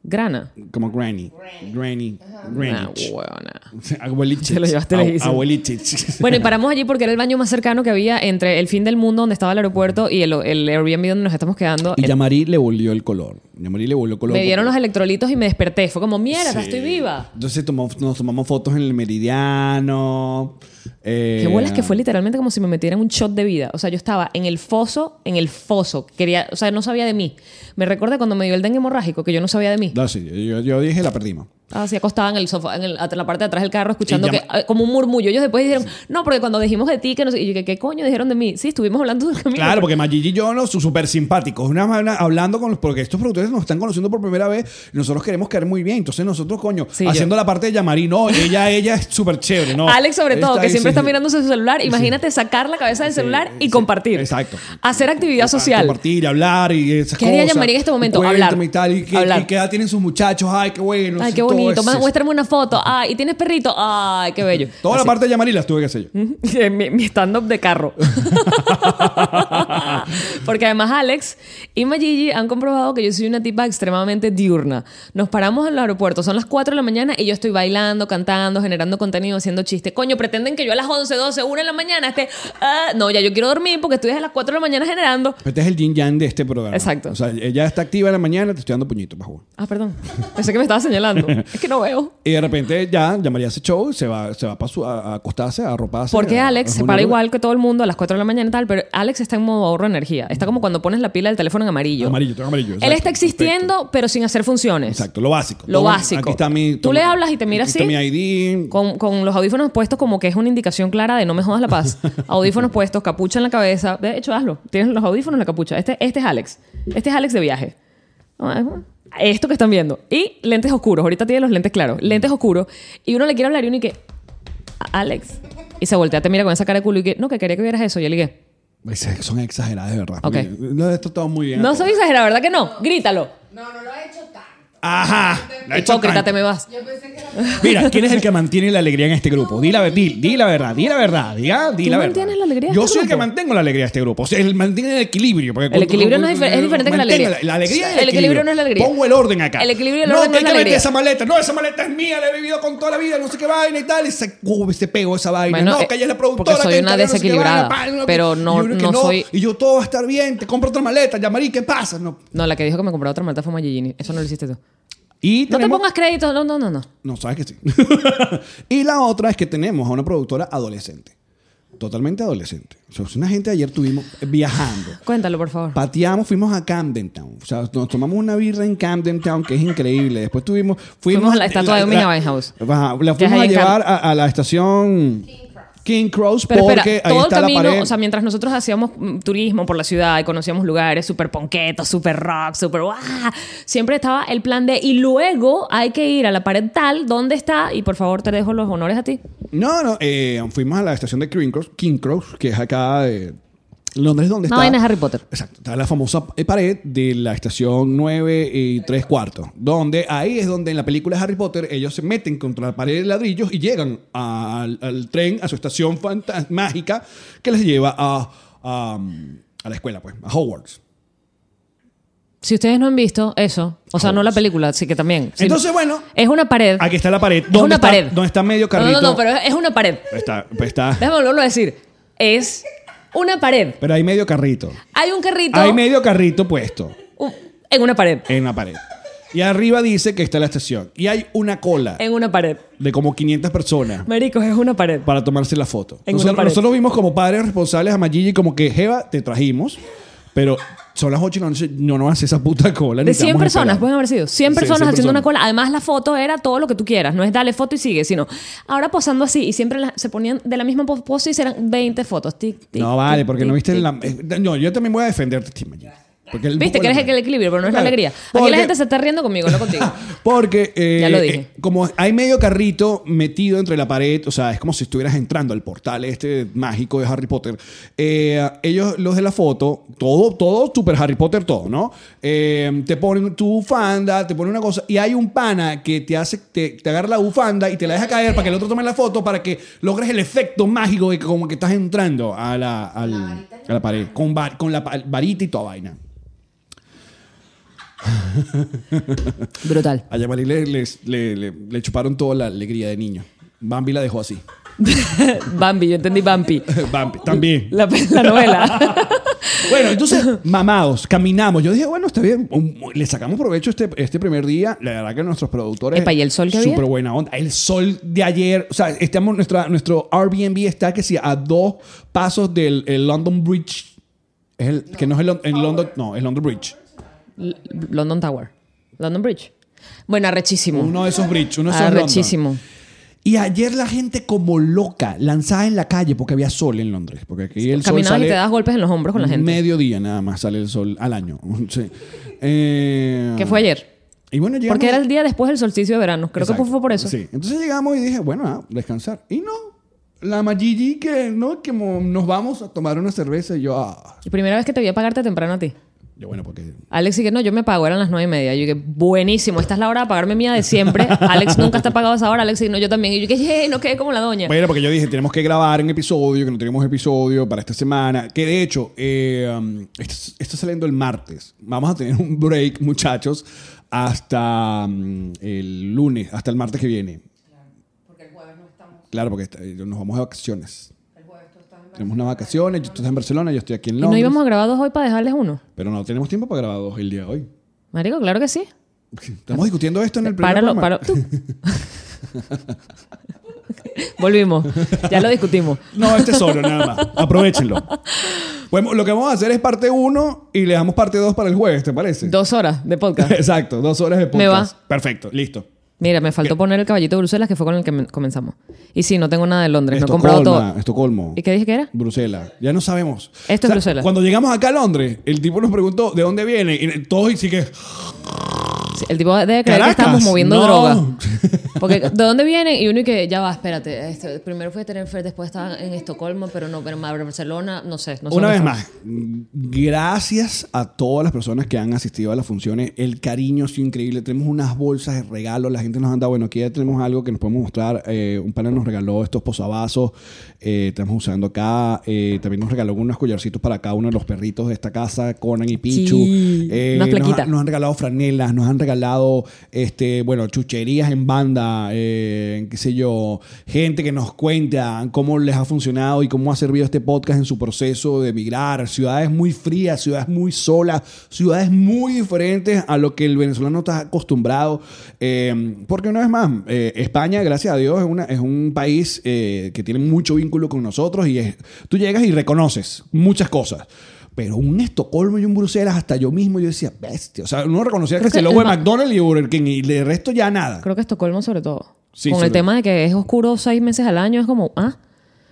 Speaker 1: Grana.
Speaker 2: como granny. Granny.
Speaker 1: Una
Speaker 2: Greenwich.
Speaker 1: huevona.
Speaker 2: Abueliches.
Speaker 1: Te lo llevaste
Speaker 2: Ab-
Speaker 1: lejísimo.
Speaker 2: Abueliches.
Speaker 1: Bueno, y paramos allí porque era el baño más cercano que había entre el fin del mundo donde estaba el aeropuerto y el, el Airbnb donde nos estamos quedando.
Speaker 2: Y Yamari le volvió el color. Yamari le volvió el color.
Speaker 1: eh, me dieron los
Speaker 2: Porque-
Speaker 1: electrolitos y me desperté. Fue como, mierda,
Speaker 2: Sí.
Speaker 1: estoy viva.
Speaker 2: Entonces tomó- nos tomamos fotos en el meridiano. Eh,
Speaker 1: Qué bolas que fue literalmente como si me metieran un shot de vida. O sea, yo estaba en el foso, en el foso. Quería, o sea, no sabía de mí. Me recuerda cuando me dio el dengue hemorrágico que yo no sabía de mí. Ah,
Speaker 2: No, sí, yo, yo dije la perdimos.
Speaker 1: Así acostaba en el sofá, en, el- en la parte de atrás del carro, escuchando
Speaker 2: Y
Speaker 1: que,
Speaker 2: llama-
Speaker 1: ah, como un murmullo. Ellos después dijeron, no, porque cuando dijimos de ti, que no sé. Y yo, ¿qué, qué coño dijeron de mí? Sí, estuvimos hablando del camino.
Speaker 2: Claro, porque Magigi y yo no son súper simpáticos. Una, una- hablando con los. Porque estos productores nos están conociendo por primera vez. y nosotros queremos caer muy bien. Entonces nosotros, coño,
Speaker 1: Sí, yo-
Speaker 2: haciendo la parte de Yamari, no, ella, ella es súper chévere, ¿no?
Speaker 1: Alex, sobre todo,
Speaker 2: Esta-
Speaker 1: que siempre
Speaker 2: sí,
Speaker 1: está
Speaker 2: sí.
Speaker 1: mirándose su celular. Imagínate sacar la cabeza del celular y
Speaker 2: sí,
Speaker 1: compartir.
Speaker 2: exacto.
Speaker 1: Hacer actividad social.
Speaker 2: Compartir, hablar y esas
Speaker 1: ¿Qué
Speaker 2: cosas.
Speaker 1: haría Yamari en este momento?
Speaker 2: Cuéntame
Speaker 1: Hablar.
Speaker 2: Y tal, y qué,
Speaker 1: Hablar.
Speaker 2: y qué edad tienen sus muchachos. Ay, qué bueno.
Speaker 1: Ay,
Speaker 2: sí,
Speaker 1: qué
Speaker 2: todo
Speaker 1: bonito.
Speaker 2: eso,
Speaker 1: Más,
Speaker 2: sí, sí.
Speaker 1: muéstrame una foto. Ay, ¿y tienes perrito? Ay, qué bello.
Speaker 2: Toda la
Speaker 1: Así. Mm.
Speaker 2: parte de Yamari las tuve que hacer yo.
Speaker 1: mi, mi stand-up de carro. Porque además Alex y Mayigi han comprobado que yo soy una tipa extremadamente diurna. Nos paramos en los aeropuertos, son las 4 de la mañana y yo estoy bailando, cantando, generando contenido, haciendo chistes. Coño, pretenden que yo a las 11, 12, 1 de la mañana esté... "Ah, no, ya yo quiero dormir porque estoy desde las 4 de la mañana generando.
Speaker 2: Este es el yin yang de este programa.
Speaker 1: Exacto.
Speaker 2: O sea, ella está activa en la mañana, te estoy dando puñito, bajo.
Speaker 1: Ah, perdón. Pensé que me estaba señalando. Es que no veo.
Speaker 2: Y de repente ya, Yamari hace show, se va, se va pa su, a, a acostarse, a arroparse.
Speaker 1: Porque
Speaker 2: a-
Speaker 1: Alex
Speaker 2: a
Speaker 1: se
Speaker 2: un
Speaker 1: para
Speaker 2: lugar.
Speaker 1: igual que todo el mundo a las 4 de la mañana y tal, pero Alex está en modo ahorro de energía. Está como cuando pones la pila del teléfono en amarillo.
Speaker 2: Amarillo, todo amarillo,
Speaker 1: Él
Speaker 2: exacto,
Speaker 1: está existiendo, pero sin hacer funciones.
Speaker 2: Exacto, lo básico.
Speaker 1: Lo
Speaker 2: Toma,
Speaker 1: básico.
Speaker 2: Aquí está mi.
Speaker 1: Tú le hablas y te mira
Speaker 2: aquí
Speaker 1: así.
Speaker 2: Está mi ID.
Speaker 1: Con, con los audífonos puestos como que es una indicación clara de no me jodas la paz. Audífonos puestos, capucha en la cabeza. De hecho, hazlo. Tienes los audífonos en la capucha. Este, este es Alex. Este es Alex de viaje. Ah, Esto que están viendo. Y lentes oscuros. Ahorita tiene los lentes claros. Lentes oscuros. Y uno le quiere hablar y uno y que... "A- Alex. Y se voltea, te mira con esa cara de culo y que... No, que quería que vieras eso. Y yo le dije...
Speaker 2: Dice, Son exageradas, de verdad.
Speaker 1: Ok.
Speaker 2: porque Lo he tratado muy bien. a
Speaker 1: No
Speaker 2: todos.
Speaker 1: soy exagerada, ¿verdad que no? Grítalo.
Speaker 2: Ajá. la he hecho
Speaker 1: Hipócrita, te
Speaker 2: tanto.
Speaker 1: me vas.
Speaker 2: Mira, ¿quién es el que mantiene la alegría en este grupo? Di la, ve- di, di la verdad, di la verdad, diga, di
Speaker 1: ¿Tú
Speaker 2: la verdad.
Speaker 1: mantienes la alegría de
Speaker 2: Yo
Speaker 1: este
Speaker 2: soy el que
Speaker 1: grupo?
Speaker 2: mantengo la alegría de este grupo. O sea, el mantiene el equilibrio. porque
Speaker 1: El equilibrio no es, difer- es
Speaker 2: mantengo
Speaker 1: diferente que la alegría.
Speaker 2: La, alegría y el,
Speaker 1: El equilibrio no es la alegría.
Speaker 2: Pongo el orden acá.
Speaker 1: El equilibrio y el
Speaker 2: no,
Speaker 1: orden no es
Speaker 2: que hay
Speaker 1: la
Speaker 2: que meter
Speaker 1: alegría.
Speaker 2: esa maleta. No, esa maleta es mía, la he vivido con toda la vida, no sé qué vaina y tal. Y se, uh, se pegó esa vaina.
Speaker 1: Bueno,
Speaker 2: no,
Speaker 1: eh,
Speaker 2: que ella es la
Speaker 1: porque
Speaker 2: productora.
Speaker 1: soy
Speaker 2: que
Speaker 1: una
Speaker 2: encarga no sé qué vaina,
Speaker 1: desequilibrada,
Speaker 2: pal,
Speaker 1: pero no-
Speaker 2: y uno que
Speaker 1: no soy-
Speaker 2: Y yo, todo va a estar bien. Te compro otra maleta, ya, Marí, ¿qué pasa? No.
Speaker 1: No, la que dijo que me compraba otra malta fue Mayellini. Eso no lo hiciste tú. No
Speaker 2: Y
Speaker 1: te
Speaker 2: tenemos-
Speaker 1: pongas crédito. No, no, no, no.
Speaker 2: No, sabes que sí. y la otra es que tenemos a una productora adolescente. Totalmente adolescente. O sea, es una gente ayer tuvimos viajando.
Speaker 1: Cuéntalo, por favor.
Speaker 2: Pateamos, fuimos a Camden Town. O sea, nos tomamos una birra en Camden Town, que es increíble. Después tuvimos. Fuimos,
Speaker 1: Fuimos a la estatua de Amy
Speaker 2: la-
Speaker 1: Winehouse.
Speaker 2: Ajá,
Speaker 1: Que
Speaker 2: la
Speaker 1: es
Speaker 2: fuimos a
Speaker 1: ahí en
Speaker 2: llevar a, a la estación King Cross,
Speaker 1: Pero
Speaker 2: porque
Speaker 1: espera,
Speaker 2: ahí
Speaker 1: todo el
Speaker 2: está la
Speaker 1: camino,
Speaker 2: pared.
Speaker 1: o sea, mientras nosotros hacíamos mm, turismo por la ciudad y conocíamos lugares súper ponquetos, súper rock, súper guau, siempre estaba el plan de y luego hay que ir a la pared tal, ¿dónde está? Y por favor, te dejo los honores a ti.
Speaker 2: no, no, eh, fuimos a la estación de King Cross, King Cross que es acá de Londres, donde
Speaker 1: No,
Speaker 2: está.
Speaker 1: vaina es Harry Potter.
Speaker 2: Exacto, está la famosa eh, pared de la estación 9 y 3 cuartos, donde ahí es donde en la película de Harry Potter ellos se meten contra la pared de ladrillos y llegan al, al tren, a su estación fanta- mágica que les lleva a, a, a la escuela, pues, a Hogwarts.
Speaker 1: Si ustedes no han visto eso, o sea, no la película, así que también. si-
Speaker 2: Entonces, bueno,
Speaker 1: es una pared.
Speaker 2: aquí está la pared.
Speaker 1: es una
Speaker 2: ¿Dónde está,
Speaker 1: pared.
Speaker 2: Donde está medio
Speaker 1: No,
Speaker 2: carrito.
Speaker 1: No, no, pero es es una pared.
Speaker 2: Está, pues está,
Speaker 1: Déjame volverlo a decir. Es una pared.
Speaker 2: pero hay medio carrito.
Speaker 1: Hay un carrito
Speaker 2: Hay medio carrito puesto.
Speaker 1: un- en una pared.
Speaker 2: en la pared. Y arriba dice que está la estación. Y hay una cola
Speaker 1: En una pared.
Speaker 2: de como 500 personas
Speaker 1: Maricos, es una pared.
Speaker 2: para tomarse la foto.
Speaker 1: En
Speaker 2: Nosotros,
Speaker 1: una pared.
Speaker 2: nosotros vimos como padres responsables a Magigi como que, Jeva, te trajimos, pero son las 8 y no, no nos hace esa puta cola.
Speaker 1: De
Speaker 2: ni te
Speaker 1: 100
Speaker 2: vamos a
Speaker 1: personas,
Speaker 2: esperar".
Speaker 1: pueden haber sido. 100
Speaker 2: Sí,
Speaker 1: personas
Speaker 2: 100
Speaker 1: haciendo una
Speaker 2: personas.
Speaker 1: cola. Además, la foto era todo lo que tú quieras. No es dale foto y sigue, sino ahora posando así. Y siempre la- se ponían de la misma po- pose y serán 20 fotos. Tic, tic,
Speaker 2: No, vale,
Speaker 1: tic,
Speaker 2: porque
Speaker 1: tic,
Speaker 2: no viste
Speaker 1: tic.
Speaker 2: la... eh, No, yo también voy a defenderte, Tim Magigi. Porque el-
Speaker 1: Viste que eres el, que el equilibrio, pero no es
Speaker 2: Claro,
Speaker 1: la alegría. Aquí
Speaker 2: porque-
Speaker 1: la gente se está riendo conmigo, no contigo.
Speaker 2: Porque eh,
Speaker 1: Ya lo dije.
Speaker 2: eh, como hay medio carrito metido entre la pared, o sea, es como si estuvieras entrando al portal este mágico de Harry Potter. eh, ellos, los de la foto, todo, todo, super Harry Potter, todo, ¿no? Eh, te ponen tu bufanda, te ponen una cosa, y hay un pana que te hace, te, te agarra la bufanda y te la deja caer para que el otro tome la foto para que logres el efecto mágico de que como que estás entrando a la, al- a la pared, con, va- con la pa- varita y toda vaina.
Speaker 1: Brutal.
Speaker 2: A Yamari le, les- le, le- le chuparon toda la alegría de niño. Bambi la dejó así.
Speaker 1: Bambi, yo entendí Bambi.
Speaker 2: Bambi también.
Speaker 1: La, la novela.
Speaker 2: Bueno, entonces, mamados, caminamos. Yo dije, bueno, está bien. un- Le sacamos provecho este, este primer día. La verdad que nuestros productores.
Speaker 1: Epa, ¿y el sol que había?
Speaker 2: Súper buena onda. El sol de ayer. O sea, estamos, nuestra, nuestro Airbnb está que sí, a dos pasos del el London Bridge. Es el, Que no es el, Lon- el London. No, el London Bridge.
Speaker 1: L- London Tower. London Bridge. Bueno, arrechísimo.
Speaker 2: Uno de esos bridge. Uno de esos London.
Speaker 1: arrechísimo.
Speaker 2: Y ayer la gente como loca, lanzada en la calle porque había sol en Londres. Porque aquí el sol
Speaker 1: Caminabas
Speaker 2: sale
Speaker 1: y te das golpes en los hombros con la gente.
Speaker 2: mediodía nada más, sale el sol al año. Sí. Eh,
Speaker 1: Que fue ayer.
Speaker 2: Y bueno, llegamos-
Speaker 1: Porque era el día después del solsticio de verano. Creo
Speaker 2: Exacto.
Speaker 1: que fue por eso.
Speaker 2: Sí. Entonces llegamos y dije, bueno, ah, descansar. Y no, la Magigi que no, que mo- nos vamos a tomar una cerveza. Y yo, ah.
Speaker 1: Y primera vez que te voy a pagarte temprano a ti.
Speaker 2: Yo, bueno, porque...
Speaker 1: Alex y que no, yo me pago, eran las nueve y media. Yo dije, buenísimo, esta es la hora de pagarme mía de siempre. Alex nunca está pagado a esa hora, Alex y no, yo también. Y yo que "Yey, no quedé como la doña.
Speaker 2: Bueno, porque yo dije, tenemos que grabar un episodio, que no tenemos episodio para esta semana. Que de hecho, eh, um, esto, esto saliendo el martes. Vamos a tener un break, muchachos, hasta um, el lunes, hasta el martes que viene. Claro, porque el jueves no estamos. Claro, porque está- eh, nos vamos de vacaciones. Tenemos unas vacaciones, yo- tú estás en Barcelona, yo estoy aquí en
Speaker 1: y no
Speaker 2: Londres.
Speaker 1: íbamos a grabar dos hoy para dejarles uno.
Speaker 2: Pero no tenemos tiempo para grabar dos el día de hoy.
Speaker 1: Marico, claro que sí.
Speaker 2: Estamos discutiendo esto en el primer
Speaker 1: Páralo,
Speaker 2: programa.
Speaker 1: páralo. Tú. Volvimos, ya lo discutimos.
Speaker 2: No, este solo, nada más. Aprovechenlo. Bueno, lo que vamos a hacer es parte 1 y le damos parte 2 para el jueves, ¿te parece?
Speaker 1: Dos horas de podcast.
Speaker 2: Exacto, dos horas de podcast.
Speaker 1: Me
Speaker 2: Perfecto, listo.
Speaker 1: Mira, me faltó poner el caballito de Bruselas, que fue con el que me- comenzamos. Y sí, no tengo nada de Londres, no he comprado
Speaker 2: Estocolmo,
Speaker 1: todo.
Speaker 2: Estocolmo.
Speaker 1: ¿Y qué dije que era?
Speaker 2: Bruselas. Ya no sabemos.
Speaker 1: Esto es Bruselas.
Speaker 2: Cuando llegamos acá a Londres, el tipo nos preguntó de dónde viene y todos y sí que
Speaker 1: Sí, El tipo debe creer que
Speaker 2: Caracas,
Speaker 1: estamos moviendo
Speaker 2: no.
Speaker 1: droga. Porque, ¿de dónde vienen? Y uno y que, ya va, espérate. este, primero fue Tenerife, después estaba en Estocolmo, pero no, pero en Barcelona, no sé. No sé
Speaker 2: Una
Speaker 1: dónde
Speaker 2: vez
Speaker 1: estaba.
Speaker 2: más, gracias a todas las personas que han asistido a las funciones. El cariño ha sido increíble. Tenemos unas bolsas de regalo. La gente nos anda, bueno, aquí ya tenemos algo que nos podemos mostrar. Eh, un pana nos regaló estos posavasos. Eh, estamos usando acá. Eh, también nos regaló unos collarcitos para cada uno de los perritos de esta casa, Conan y Pichu. eh,
Speaker 1: Sí, una
Speaker 2: nos ha-
Speaker 1: plaquita.
Speaker 2: Nos, han regalado franelas, nos han regalado, este, bueno, chucherías en banda, eh, qué sé yo, gente que nos cuenta cómo les ha funcionado y cómo ha servido este podcast en su proceso de emigrar. Ciudades muy frías, ciudades muy solas, ciudades muy diferentes a lo que el venezolano está acostumbrado. Eh, porque una vez más, eh, España, gracias a Dios, es, una, es un país eh, que tiene mucho vínculo con nosotros y es, tú llegas y reconoces muchas cosas. Pero un Estocolmo y un Bruselas, hasta yo mismo, yo decía, bestia. O sea, uno reconocía que,
Speaker 1: Creo
Speaker 2: se
Speaker 1: que
Speaker 2: logo de
Speaker 1: el ma-
Speaker 2: McDonald's y Burger King y de resto ya nada.
Speaker 1: Creo que Estocolmo sobre todo.
Speaker 2: Sí,
Speaker 1: Con
Speaker 2: sobre-
Speaker 1: el tema de que es oscuro seis meses al año, es como, ah,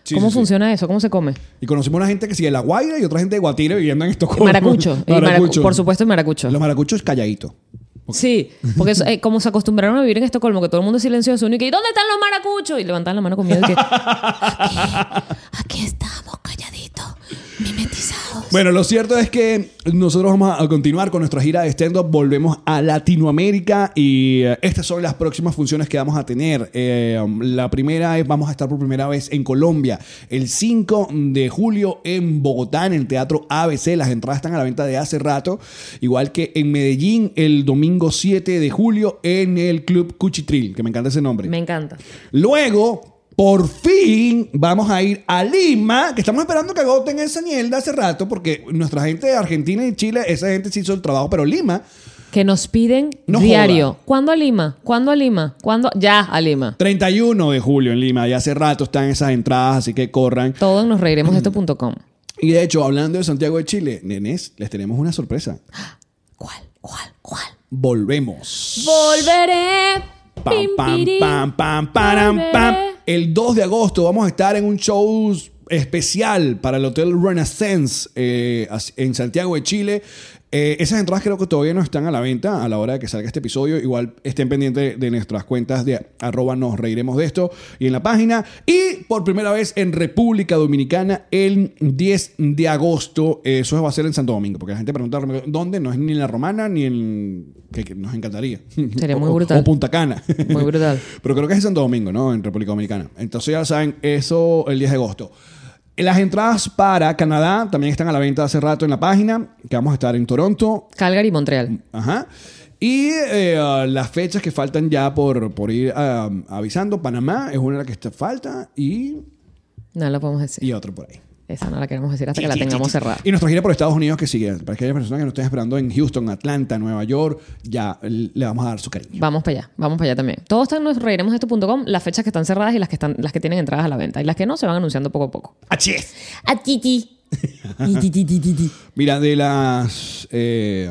Speaker 2: Sí,
Speaker 1: ¿cómo
Speaker 2: sí, sí.
Speaker 1: funciona eso? ¿Cómo se come?
Speaker 2: Y conocimos una gente que sigue de La Guaira y otra gente de Guatire viviendo en Estocolmo.
Speaker 1: Maracucho. Y maracu- por supuesto, el maracucho.
Speaker 2: Los maracuchos calladitos.
Speaker 1: Sí, porque eso, eh, como se acostumbraron a vivir en Estocolmo, que todo el mundo es silencioso, uno y que, "¿Y ¿dónde están los maracuchos? Y levantaban la mano con miedo y que,
Speaker 4: Aquí estamos calladitos, mimetizados.
Speaker 2: Bueno, lo cierto es que nosotros vamos a continuar con nuestra gira de stand-up. Volvemos a Latinoamérica y eh, estas son las próximas funciones que vamos a tener. Eh, la primera es, vamos a estar por primera vez en Colombia el 5 de julio en Bogotá, en el Teatro ABC. Las entradas están a la venta de hace rato. Igual que en Medellín el domingo 7 de julio en el Club Cuchitril, que me encanta ese nombre.
Speaker 1: me encanta.
Speaker 2: Luego, por fin, vamos a ir a Lima, que estamos esperando que agoten esa mierda hace rato, porque nuestra gente de Argentina y Chile, esa gente sí hizo el trabajo, pero Lima,
Speaker 1: Que nos piden
Speaker 2: No
Speaker 1: diario.
Speaker 2: joda.
Speaker 1: ¿Cuándo a Lima? ¿Cuándo a Lima? ¿Cuándo? Ya a Lima.
Speaker 2: 31 de julio en Lima, ya hace rato están esas entradas, así que corran.
Speaker 1: Todo en nosreiremosesto.com.
Speaker 2: Y de hecho, hablando de Santiago de Chile, nenes, les tenemos una sorpresa.
Speaker 1: ¿Cuál? ¿Cuál? ¿Cuál?
Speaker 2: Volvemos.
Speaker 1: Volveré.
Speaker 2: Pam, pam,
Speaker 1: Pimpirí.
Speaker 2: pam, pam, param, pam.
Speaker 1: Volveré.
Speaker 2: El 2 de agosto vamos a estar en un show especial para el Hotel Renaissance eh, as- en Santiago de Chile. Eh, esas entradas creo que todavía no están a la venta a la hora de que salga este episodio. Igual estén pendientes de nuestras cuentas de arroba nos reiremos de esto y en la página. Y por primera vez en República Dominicana el 10 de agosto. eh, Eso va a ser en Santo Domingo, porque la gente pregunta dónde. No es ni en la romana ni en... que- que nos encantaría.
Speaker 1: Sería muy
Speaker 2: O- o-
Speaker 1: brutal.
Speaker 2: o Punta Cana.
Speaker 1: Muy brutal.
Speaker 2: Pero creo que es en Santo Domingo, ¿no? En República Dominicana. Entonces ya saben, eso el 10 de agosto. Eh, Las entradas para Canadá también están a la venta hace rato en la página, que vamos a estar en Toronto.
Speaker 1: Calgary, Montreal.
Speaker 2: Ajá. Y eh, las fechas que faltan ya por, por ir ah, avisando. Panamá es una de las que está- falta y,
Speaker 1: No la podemos decir.
Speaker 2: y otra por ahí.
Speaker 1: Esa no la queremos decir hasta que la tengamos cerrada.
Speaker 2: Y nuestra gira por Estados Unidos que sigue. Para aquellas personas que nos estén esperando en Houston, Atlanta, Nueva York, ya le vamos a dar su cariño.
Speaker 1: Vamos para allá, vamos para allá también. Todo está en nosreiremosesto.com, las fechas que están cerradas y las que están, las que tienen entradas a la venta. Y las que no se van anunciando poco a poco.
Speaker 2: ¡Así es!
Speaker 1: A titi. Y ti, ti, ti, ti, ti.
Speaker 2: Mira, de las eh,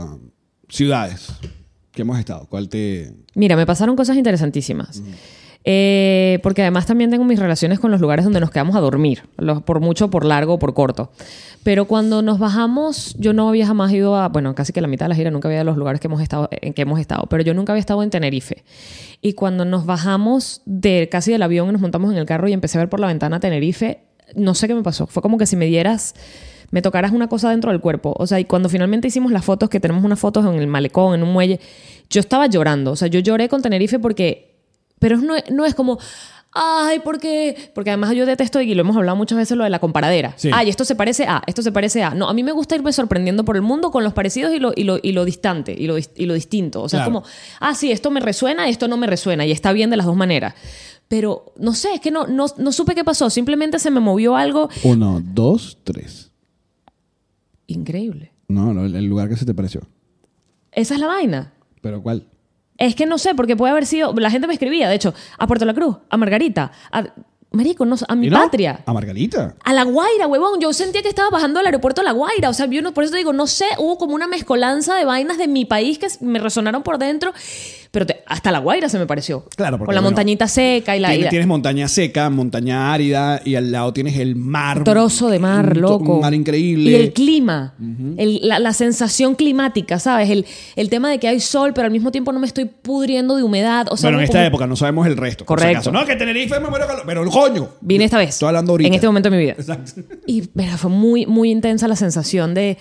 Speaker 2: ciudades que hemos estado, ¿cuál te...?
Speaker 1: Mira, me pasaron cosas interesantísimas. Eh, porque además también tengo mis relaciones con los lugares donde nos quedamos a dormir, los- por mucho, por largo, o por corto. Pero cuando nos bajamos, yo no había jamás ido a, bueno, casi que la mitad de la gira nunca había ido a los lugares que hemos estado, en que hemos estado, pero yo nunca había estado en Tenerife. Y cuando nos bajamos de casi del avión y nos montamos en el carro y empecé a ver por la ventana Tenerife, no sé qué me pasó. Fue como que si me dieras me tocarás una cosa dentro del cuerpo. O sea, y cuando finalmente hicimos las fotos, que tenemos unas fotos en el malecón, en un muelle, yo estaba llorando. O sea, yo lloré con Tenerife porque. Pero no, no es como. Ay, porque. Porque además yo detesto, y lo hemos hablado muchas veces, lo de la comparadera.
Speaker 2: Sí.
Speaker 1: Ay, esto se parece a, esto se parece a. No, a mí me gusta irme sorprendiendo por el mundo con los parecidos y lo, y lo, y lo distante, y lo, dis- y lo distinto. O sea,
Speaker 2: Claro.
Speaker 1: es como, ah, sí, esto me resuena, esto no me resuena, y está bien de las dos maneras. Pero no sé, es que no, no, no supe qué pasó, simplemente se me movió algo
Speaker 2: Uno, dos, tres.
Speaker 1: increíble.
Speaker 2: No, no, el el lugar que se te pareció.
Speaker 1: Esa es la vaina.
Speaker 2: ¿Pero cuál?
Speaker 1: Es que no sé, porque puede haber sido. La gente me escribía, de hecho, a Puerto La Cruz, a Margarita, a. Marico, no, sé, a mi
Speaker 2: ¿Y no?
Speaker 1: patria.
Speaker 2: A Margarita.
Speaker 1: A La Guaira, huevón. Yo sentía que estaba bajando al aeropuerto de La Guaira. O sea, yo no, por eso te digo, no sé, hubo como una mezcolanza de vainas de mi país que me resonaron por dentro. pero te- hasta La Guaira se me pareció.
Speaker 2: Claro, porque,
Speaker 1: Con la
Speaker 2: bueno,
Speaker 1: montañita seca y la...
Speaker 2: Tiene-
Speaker 1: y la-
Speaker 2: tienes montaña seca, montaña árida y al lado tienes el mar.
Speaker 1: trozo de
Speaker 2: Un
Speaker 1: mar,
Speaker 2: to-
Speaker 1: loco.
Speaker 2: Un mar increíble.
Speaker 1: Y el clima, el- la, la sensación climática, ¿sabes? El, el tema de que hay sol, pero al mismo tiempo no me estoy pudriendo de humedad. O sea,
Speaker 2: bueno,
Speaker 1: uno
Speaker 2: en esta
Speaker 1: como-
Speaker 2: época no sabemos el resto. por si
Speaker 1: Correcto.
Speaker 2: acaso. No, que Tenerife me muero de calor. Pero el coño.
Speaker 1: Vine esta vez.
Speaker 2: Estoy hablando ahorita.
Speaker 1: En este momento de mi vida.
Speaker 2: Exacto.
Speaker 1: Y verá, fue muy, muy intensa la sensación de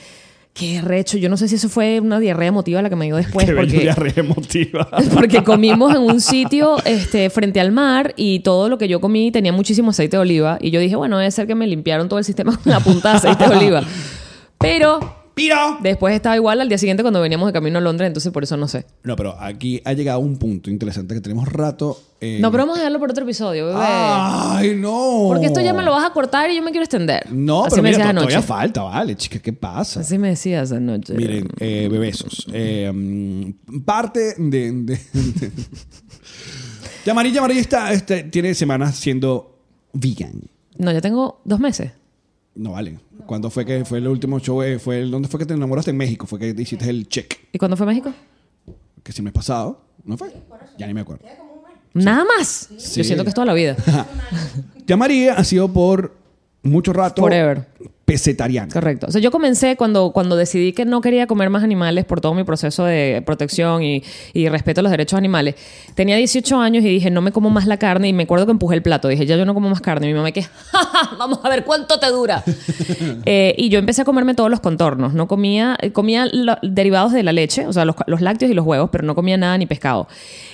Speaker 1: qué recho. Yo no sé si eso fue una diarrea emotiva la que me dio después.
Speaker 2: Qué
Speaker 1: Pues porque...
Speaker 2: bella diarrea emotiva.
Speaker 1: Porque comimos en un sitio este, frente al mar y todo lo que yo comí tenía muchísimo aceite de oliva. Y yo dije, bueno, debe ser que me limpiaron todo el sistema con una punta de aceite de oliva. Pero
Speaker 2: ¡Piro!
Speaker 1: después estaba igual al día siguiente cuando veníamos de camino a Londres, entonces por eso no sé.
Speaker 2: No, pero aquí ha llegado un punto interesante que tenemos rato. eh,
Speaker 1: No, pero vamos a dejarlo por otro episodio, bebé.
Speaker 2: ¡Ay, Ah, no!
Speaker 1: Porque esto ya me lo vas a cortar y yo me quiero extender.
Speaker 2: No,
Speaker 1: Así
Speaker 2: pero
Speaker 1: me
Speaker 2: mira,
Speaker 1: decías
Speaker 2: to-
Speaker 1: anoche.
Speaker 2: todavía falta, vale, chica, ¿qué pasa?
Speaker 1: Así me decías anoche.
Speaker 2: Miren, eh, bebesos. eh, mm, parte de. de, de- Yamari, Yamari está, este, tiene semanas siendo vegan.
Speaker 1: No, ya tengo dos meses.
Speaker 2: No vale. ¿Cuándo fue que fue el último show? eh, fue el, ¿Dónde fue que te enamoraste? En México. Fue que hiciste el check.
Speaker 1: ¿Y cuándo fue a México?
Speaker 2: Que si me has pasado. ¿No fue? Ya ni me acuerdo.
Speaker 1: Nada más.
Speaker 2: Sí.
Speaker 1: Yo siento que es toda la vida.
Speaker 2: Yamari ha sido por mucho rato.
Speaker 1: Forever.
Speaker 2: Pesetariana.
Speaker 1: Correcto. O sea, yo comencé cuando, cuando decidí que no quería comer más animales por todo mi proceso de protección y, y respeto a los derechos animales. Tenía 18 años y dije, no me como más la carne. Y me acuerdo que empujé el plato. Dije, ya yo no como más carne. Y mi mamá que, "Ja, ja, vamos a ver cuánto te dura. Eh, y yo empecé a comerme todos los contornos. No comía, eh, comía lo- derivados de la leche, o sea, los, los lácteos y los huevos, pero no comía nada ni pescado.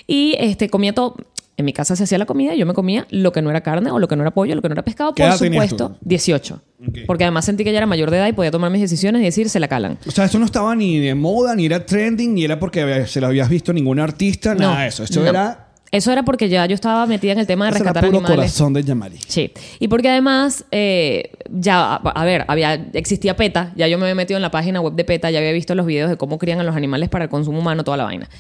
Speaker 1: Y este, comía todo. En mi casa se hacía la comida y yo me comía lo que no era carne o lo que no era pollo, lo que no era pescado,
Speaker 2: ¿Qué
Speaker 1: por
Speaker 2: edad tenías tú?
Speaker 1: supuesto. 18. Porque además sentí que ya era mayor de edad y podía tomar mis decisiones y decir, se la calan.
Speaker 2: O sea, eso no estaba ni de moda, ni era trending, ni era porque había- se lo habías visto a ningún artista, nada de eso. Esto
Speaker 1: no.
Speaker 2: era,
Speaker 1: Eso era porque ya yo estaba metida en el tema de
Speaker 2: eso era
Speaker 1: rescatar
Speaker 2: puro
Speaker 1: animales.
Speaker 2: corazón de Yamari.
Speaker 1: Sí. Y porque además, eh, ya, a, a ver, había, existía PETA, ya yo me había metido en la página web de PETA, ya había visto los videos de cómo crían a los animales para el consumo humano, toda la vavaina.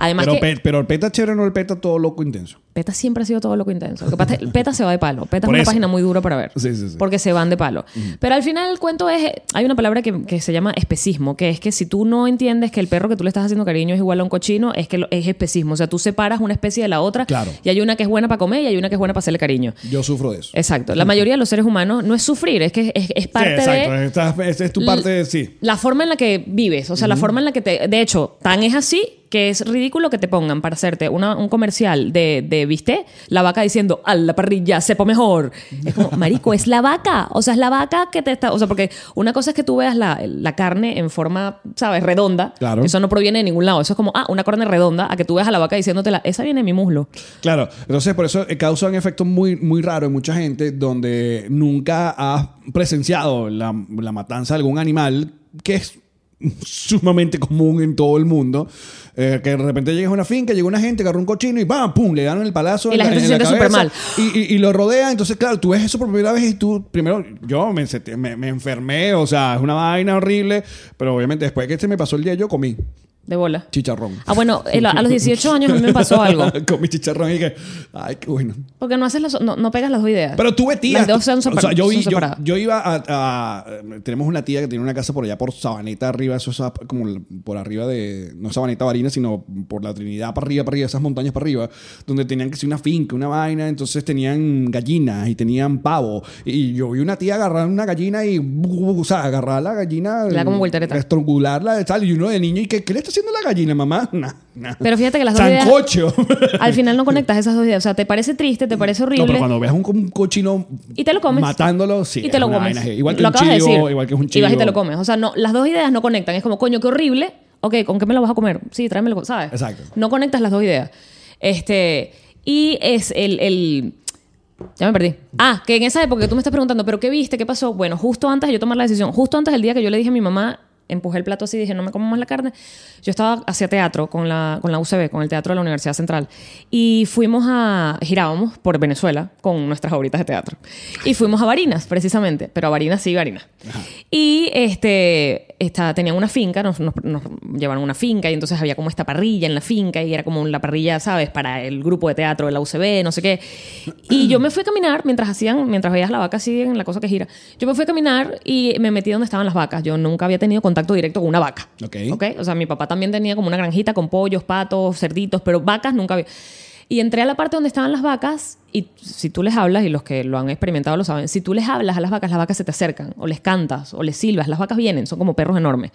Speaker 1: Además
Speaker 2: Pero,
Speaker 1: que
Speaker 2: pe- pero el peta chévere no el peta todo loco intenso.
Speaker 1: PETA siempre ha sido todo loco intenso. Lo que pasa es que PETA se va de palo. PETA es
Speaker 2: Por
Speaker 1: una
Speaker 2: eso.
Speaker 1: página muy dura para ver.
Speaker 2: Sí, sí, sí.
Speaker 1: Porque se van de palo. Pero al final el cuento es... eh, Hay una palabra que, que se llama especismo, que es que si tú no entiendes que el perro que tú le estás haciendo cariño es igual a un cochino, es que lo- es especismo. O sea, tú separas una especie de la otra.
Speaker 2: Claro.
Speaker 1: Y hay una que es buena para comer y hay una que es buena para hacerle cariño.
Speaker 2: Yo sufro de eso.
Speaker 1: Exacto. La mayoría de los seres humanos no es sufrir, es que es, es parte
Speaker 2: sí, exacto.
Speaker 1: de...
Speaker 2: Esta- esta es tu parte, de- sí.
Speaker 1: La forma en la que vives, o sea, la forma en la que te... De hecho, tan es así que es ridículo que te pongan para hacerte una- un comercial de, de, ¿viste? La vaca diciendo, a la parrilla, sepo mejor. Es como, marico, es la vaca. O sea, es la vaca que te está... O sea, porque una cosa es que tú veas la, la carne en forma, ¿sabes? Redonda.
Speaker 2: Claro.
Speaker 1: Eso no proviene de ningún lado. Eso es como, ah, una carne redonda, a que tú veas a la vaca diciéndotela, esa viene de mi muslo.
Speaker 2: Claro. Entonces, por eso eh, causa un efecto muy, muy raro en mucha gente donde nunca has presenciado la, la matanza de algún animal que es sumamente común en todo el mundo. eh, que de repente llegas a una finca, llega una gente, agarra un cochino y ¡pam! ¡pum! Le dan el palazo
Speaker 1: Y
Speaker 2: en
Speaker 1: la gente se
Speaker 2: en
Speaker 1: siente
Speaker 2: cabeza.
Speaker 1: súper
Speaker 2: Y, y- y lo rodea. Entonces, claro, tú ves eso por primera vez y tú, primero, yo me, senté- me- me enfermé, o sea, es una vaina horrible. Pero obviamente después que este me pasó el día, yo comí
Speaker 1: De bola.
Speaker 2: chicharrón.
Speaker 1: Ah, bueno, el- a los 18 años a mí me pasó algo.
Speaker 2: Con mi chicharrón y dije, ay, qué bueno.
Speaker 1: Porque no haces las, no, no pegas las dos ideas.
Speaker 2: Pero tuve tías.
Speaker 1: Las dos son separ-
Speaker 2: o sea, yo,
Speaker 1: son
Speaker 2: vi- yo,
Speaker 1: separadas.
Speaker 2: yo iba a, a- Tenemos una tía que tiene una casa por allá por Sabaneta arriba, eso es a- como l- por arriba de. No Sabaneta Barina, sino por la Trinidad para arriba, para arriba, esas montañas para arriba, donde tenían que ser una finca, una vaina, entonces tenían gallinas y tenían pavo. Y yo vi una tía agarrar una gallina y. O sea, agarrar la gallina.
Speaker 1: Le da como voltereta.
Speaker 2: Estrangularla, tal. Y uno de niño, ¿y qué, qué le está haciendo la gallina, mamá? Nah, nah.
Speaker 1: Pero fíjate que las dos ideas-
Speaker 2: Sancocho.
Speaker 1: Al final no conectas esas dos ideas. O sea, te parece triste, te parece horrible.
Speaker 2: Mm. No, pero cuando veas un, un cochino
Speaker 1: Y te lo comes.
Speaker 2: matándolo, sí.
Speaker 1: Y te
Speaker 2: es
Speaker 1: lo
Speaker 2: una
Speaker 1: comes.
Speaker 2: vaina heavy. Igual que
Speaker 1: lo
Speaker 2: un
Speaker 1: acabas de
Speaker 2: chivo,
Speaker 1: decir.
Speaker 2: igual que un
Speaker 1: Y vas y
Speaker 2: chivo.
Speaker 1: te lo comes. O sea, no, las dos ideas no conectan. Es como, coño, qué horrible. Ok, ¿con qué me lo vas a comer? Sí, tráemelo, ¿sabes?
Speaker 2: Exacto.
Speaker 1: No conectas las dos ideas. Este. Y es el. el- ya me perdí. Ah, que en esa época que tú me estás preguntando, ¿pero qué viste? ¿Qué pasó? Bueno, justo antes de yo tomar la decisión, justo antes del día que yo le dije a mi mamá, empujé el plato así y dije, no me como más la carne. Yo estaba hacia teatro con la, con la UCB, con el teatro de la Universidad Central. Y fuimos a. girábamos por Venezuela con nuestras obras de teatro. Y fuimos a Barinas, precisamente. Pero a Barinas sí, Barinas. Y este. Esta, tenían una finca, nos, nos- nos llevaron a una finca y entonces había como esta parrilla en la finca y era como la parrilla, ¿sabes? Para el grupo de teatro de la UCB, no sé qué. Y yo me fui a caminar mientras hacían, mientras veías la vaca así en la cosa que gira. Yo me fui a caminar y me metí donde estaban las vacas. Yo nunca había tenido contacto directo con una vaca.
Speaker 2: Ok.
Speaker 1: O sea, mi papá también tenía como una granjita con pollos, patos, cerditos, pero vacas nunca había. Y entré a la parte donde estaban las vacas y si tú les hablas, y los que lo han experimentado lo saben, si tú les hablas a las vacas, las vacas se te acercan, o les cantas, o les silbas, las vacas vienen, son como perros enormes.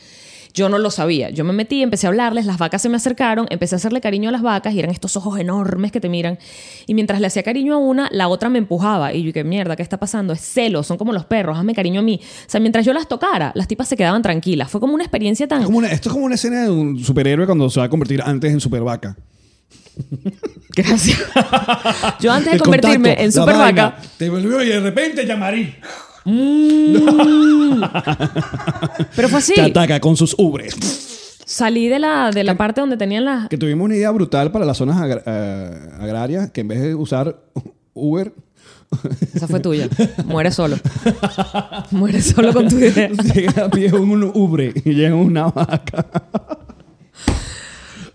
Speaker 1: Yo no lo sabía. Yo me metí, empecé a hablarles, las vacas se me acercaron, empecé a hacerle cariño a las vacas y eran estos ojos enormes que te miran. Y mientras le hacía cariño a una, la otra me empujaba. Y yo, ¿qué mierda? ¿Qué está pasando? Es celo, son como los perros, hazme cariño a mí. O sea, mientras yo las tocara, las tipas se quedaban tranquilas. Fue como una experiencia tan...
Speaker 2: Es como una- esto es como una escena de un superhéroe cuando se va a convertir antes en supervaca.
Speaker 1: Gracias. yo antes de
Speaker 2: El
Speaker 1: convertirme
Speaker 2: contacto,
Speaker 1: en
Speaker 2: la
Speaker 1: super vaca...
Speaker 2: vaina, Te volvió y de repente llamarí.
Speaker 1: Pero fue así.
Speaker 2: Te ataca con sus ubres.
Speaker 1: Salí de la, de la parte donde tenían las...
Speaker 2: Que tuvimos una idea brutal para las zonas agra- eh, agrarias que en vez de usar Uber,
Speaker 1: Esa fue tuya. Muere solo. Muere solo con tu idea.
Speaker 2: llega a pie un ubre y llega una vaca.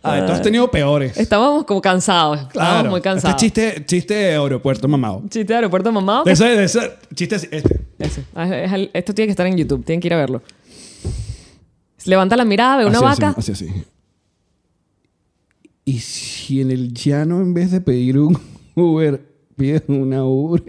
Speaker 2: Ah, tú has tenido peores.
Speaker 1: Estábamos como cansados. Estábamos muy
Speaker 2: Este
Speaker 1: cansados.
Speaker 2: chiste, chiste de aeropuerto mamado.
Speaker 1: Chiste de aeropuerto mamado.
Speaker 2: De ese, de ese chiste así, este.
Speaker 1: Ese. Ah, es el- Esto tiene que estar en YouTube, tienen que ir a verlo. Levanta la mirada, ve una
Speaker 2: Así,
Speaker 1: vaca.
Speaker 2: Así, así, así. ¿Y si en el llano, en vez de pedir un Uber, pides una Uber?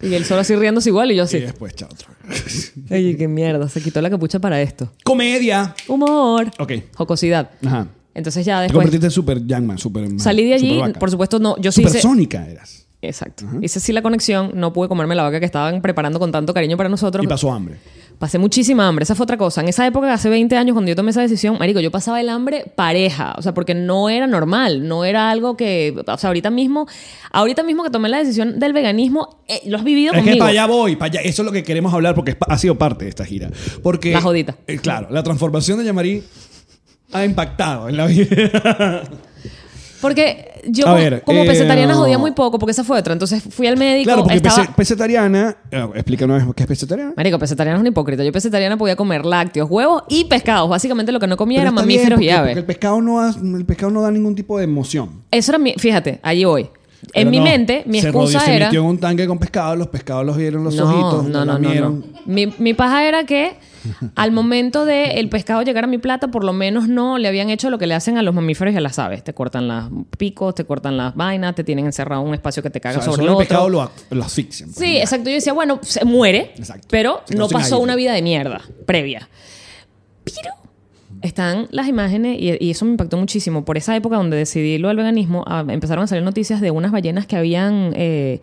Speaker 1: Y él solo así riéndose igual y yo
Speaker 2: Y
Speaker 1: así.
Speaker 2: después, chao, otra vez.
Speaker 1: Oye, qué mierda, se quitó la capucha para esto.
Speaker 2: Comedia.
Speaker 1: Humor.
Speaker 2: Ok.
Speaker 1: Jocosidad.
Speaker 2: Ajá.
Speaker 1: Entonces ya
Speaker 2: Te
Speaker 1: después
Speaker 2: convertiste en super Youngman, super eh,
Speaker 1: salí de allí,
Speaker 2: supervaca.
Speaker 1: por supuesto no, yo sí hice-
Speaker 2: Supersónica eras.
Speaker 1: Exacto. Hice sí la conexión, no pude comerme la vaca que estaban preparando con tanto cariño para nosotros.
Speaker 2: Y pasó hambre.
Speaker 1: Pasé muchísima hambre, esa fue otra cosa. En esa época, hace 20 años, cuando yo tomé esa decisión, marico, yo pasaba el hambre pareja, o sea, porque no era normal, no era algo que, o sea, ahorita mismo, ahorita mismo que tomé la decisión del veganismo, eh, lo has vivido
Speaker 2: Es que
Speaker 1: conmigo.
Speaker 2: para allá voy, para allá. Eso es lo que queremos hablar porque es pa- ha sido parte de esta gira. Porque,
Speaker 1: La jodita.
Speaker 2: Eh, claro, la transformación de Yamarí ha impactado en la vida.
Speaker 1: Porque yo
Speaker 2: A
Speaker 1: como,
Speaker 2: ver,
Speaker 1: como
Speaker 2: eh,
Speaker 1: pesetariana jodía muy poco, porque esa fue otra. Entonces fui al médico,
Speaker 2: Claro, porque
Speaker 1: estaba...
Speaker 2: pese- pesetariana. eh, Explícanos qué es pesetariana.
Speaker 1: Marico, pesetariana es un hipócrita. Yo pesetariana podía comer lácteos, huevos y pescados. Básicamente lo que no comía
Speaker 2: Pero
Speaker 1: era
Speaker 2: está bien,
Speaker 1: mamíferos y
Speaker 2: porque-
Speaker 1: aves.
Speaker 2: porque el pescado, no ha- el pescado no da ningún tipo de emoción.
Speaker 1: Eso era mi... Fíjate, allí voy.
Speaker 2: Pero
Speaker 1: En mi
Speaker 2: no,
Speaker 1: mente, mi
Speaker 2: se
Speaker 1: excusa
Speaker 2: rodi- se
Speaker 1: era...
Speaker 2: metió en un tanque con pescado, los pescados los vieron los ojitos, los lamieron.
Speaker 1: Mi, mi paja era que al momento de el pescado llegar a mi plata, por lo menos no le habían hecho lo que le hacen a los mamíferos y a las aves. Te cortan los picos, te cortan las vainas, te tienen encerrado en un espacio que te
Speaker 2: O
Speaker 1: caga
Speaker 2: sea,
Speaker 1: sobre
Speaker 2: solo
Speaker 1: el
Speaker 2: el
Speaker 1: otro.
Speaker 2: pescado lo, a- lo asfixian. pues.
Speaker 1: Sí, exacto. Yo decía, bueno, se muere,
Speaker 2: Exacto.
Speaker 1: pero
Speaker 2: Se quedó
Speaker 1: no
Speaker 2: sin
Speaker 1: pasó
Speaker 2: aire.
Speaker 1: una vida de mierda previa. Pero están las imágenes y, y eso me impactó muchísimo. Por esa época donde decidí lo del veganismo, ah, empezaron a salir noticias de unas ballenas que habían... eh,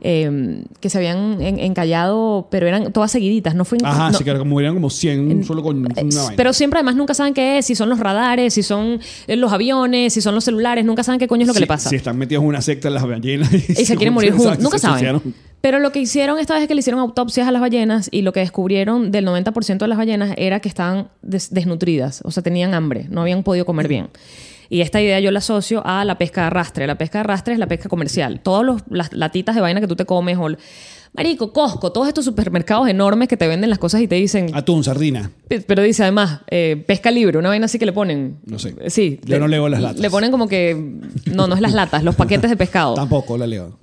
Speaker 1: eh, que se habían en- encallado, pero eran todas seguiditas, no fue en-
Speaker 2: Ajá,
Speaker 1: no- eh,
Speaker 2: sí, que era como hubieran como 100 solo con una vaina.
Speaker 1: pero siempre además nunca saben qué es, si son los radares, si son eh, los aviones, si son los celulares, nunca saben qué coño es lo que
Speaker 2: Si-
Speaker 1: le pasa.
Speaker 2: Si están metidos en una secta las ballenas.
Speaker 1: y se quieren morir juntos.
Speaker 2: Exacto,
Speaker 1: Nunca
Speaker 2: se asociaron.
Speaker 1: saben. Pero lo que hicieron esta vez es que le hicieron autopsias a las ballenas y lo que descubrieron del 90% de las ballenas era que estaban des- desnutridas, o sea, tenían hambre, no habían podido comer bien. Y esta idea yo la asocio a la pesca de arrastre. La pesca de arrastre es la pesca comercial. Todas las latitas de vaina que tú te comes, o el- marico, Costco, todos estos supermercados enormes que te venden las cosas y te dicen,
Speaker 2: Atún, sardina.
Speaker 1: Pe- Pero dice además, eh, pesca libre, una vaina así que le ponen.
Speaker 2: No sé.
Speaker 1: Sí.
Speaker 2: Yo
Speaker 1: le-
Speaker 2: no leo las latas.
Speaker 1: Le ponen como que. No, no es las latas, los paquetes de pescado.
Speaker 2: Tampoco la leo.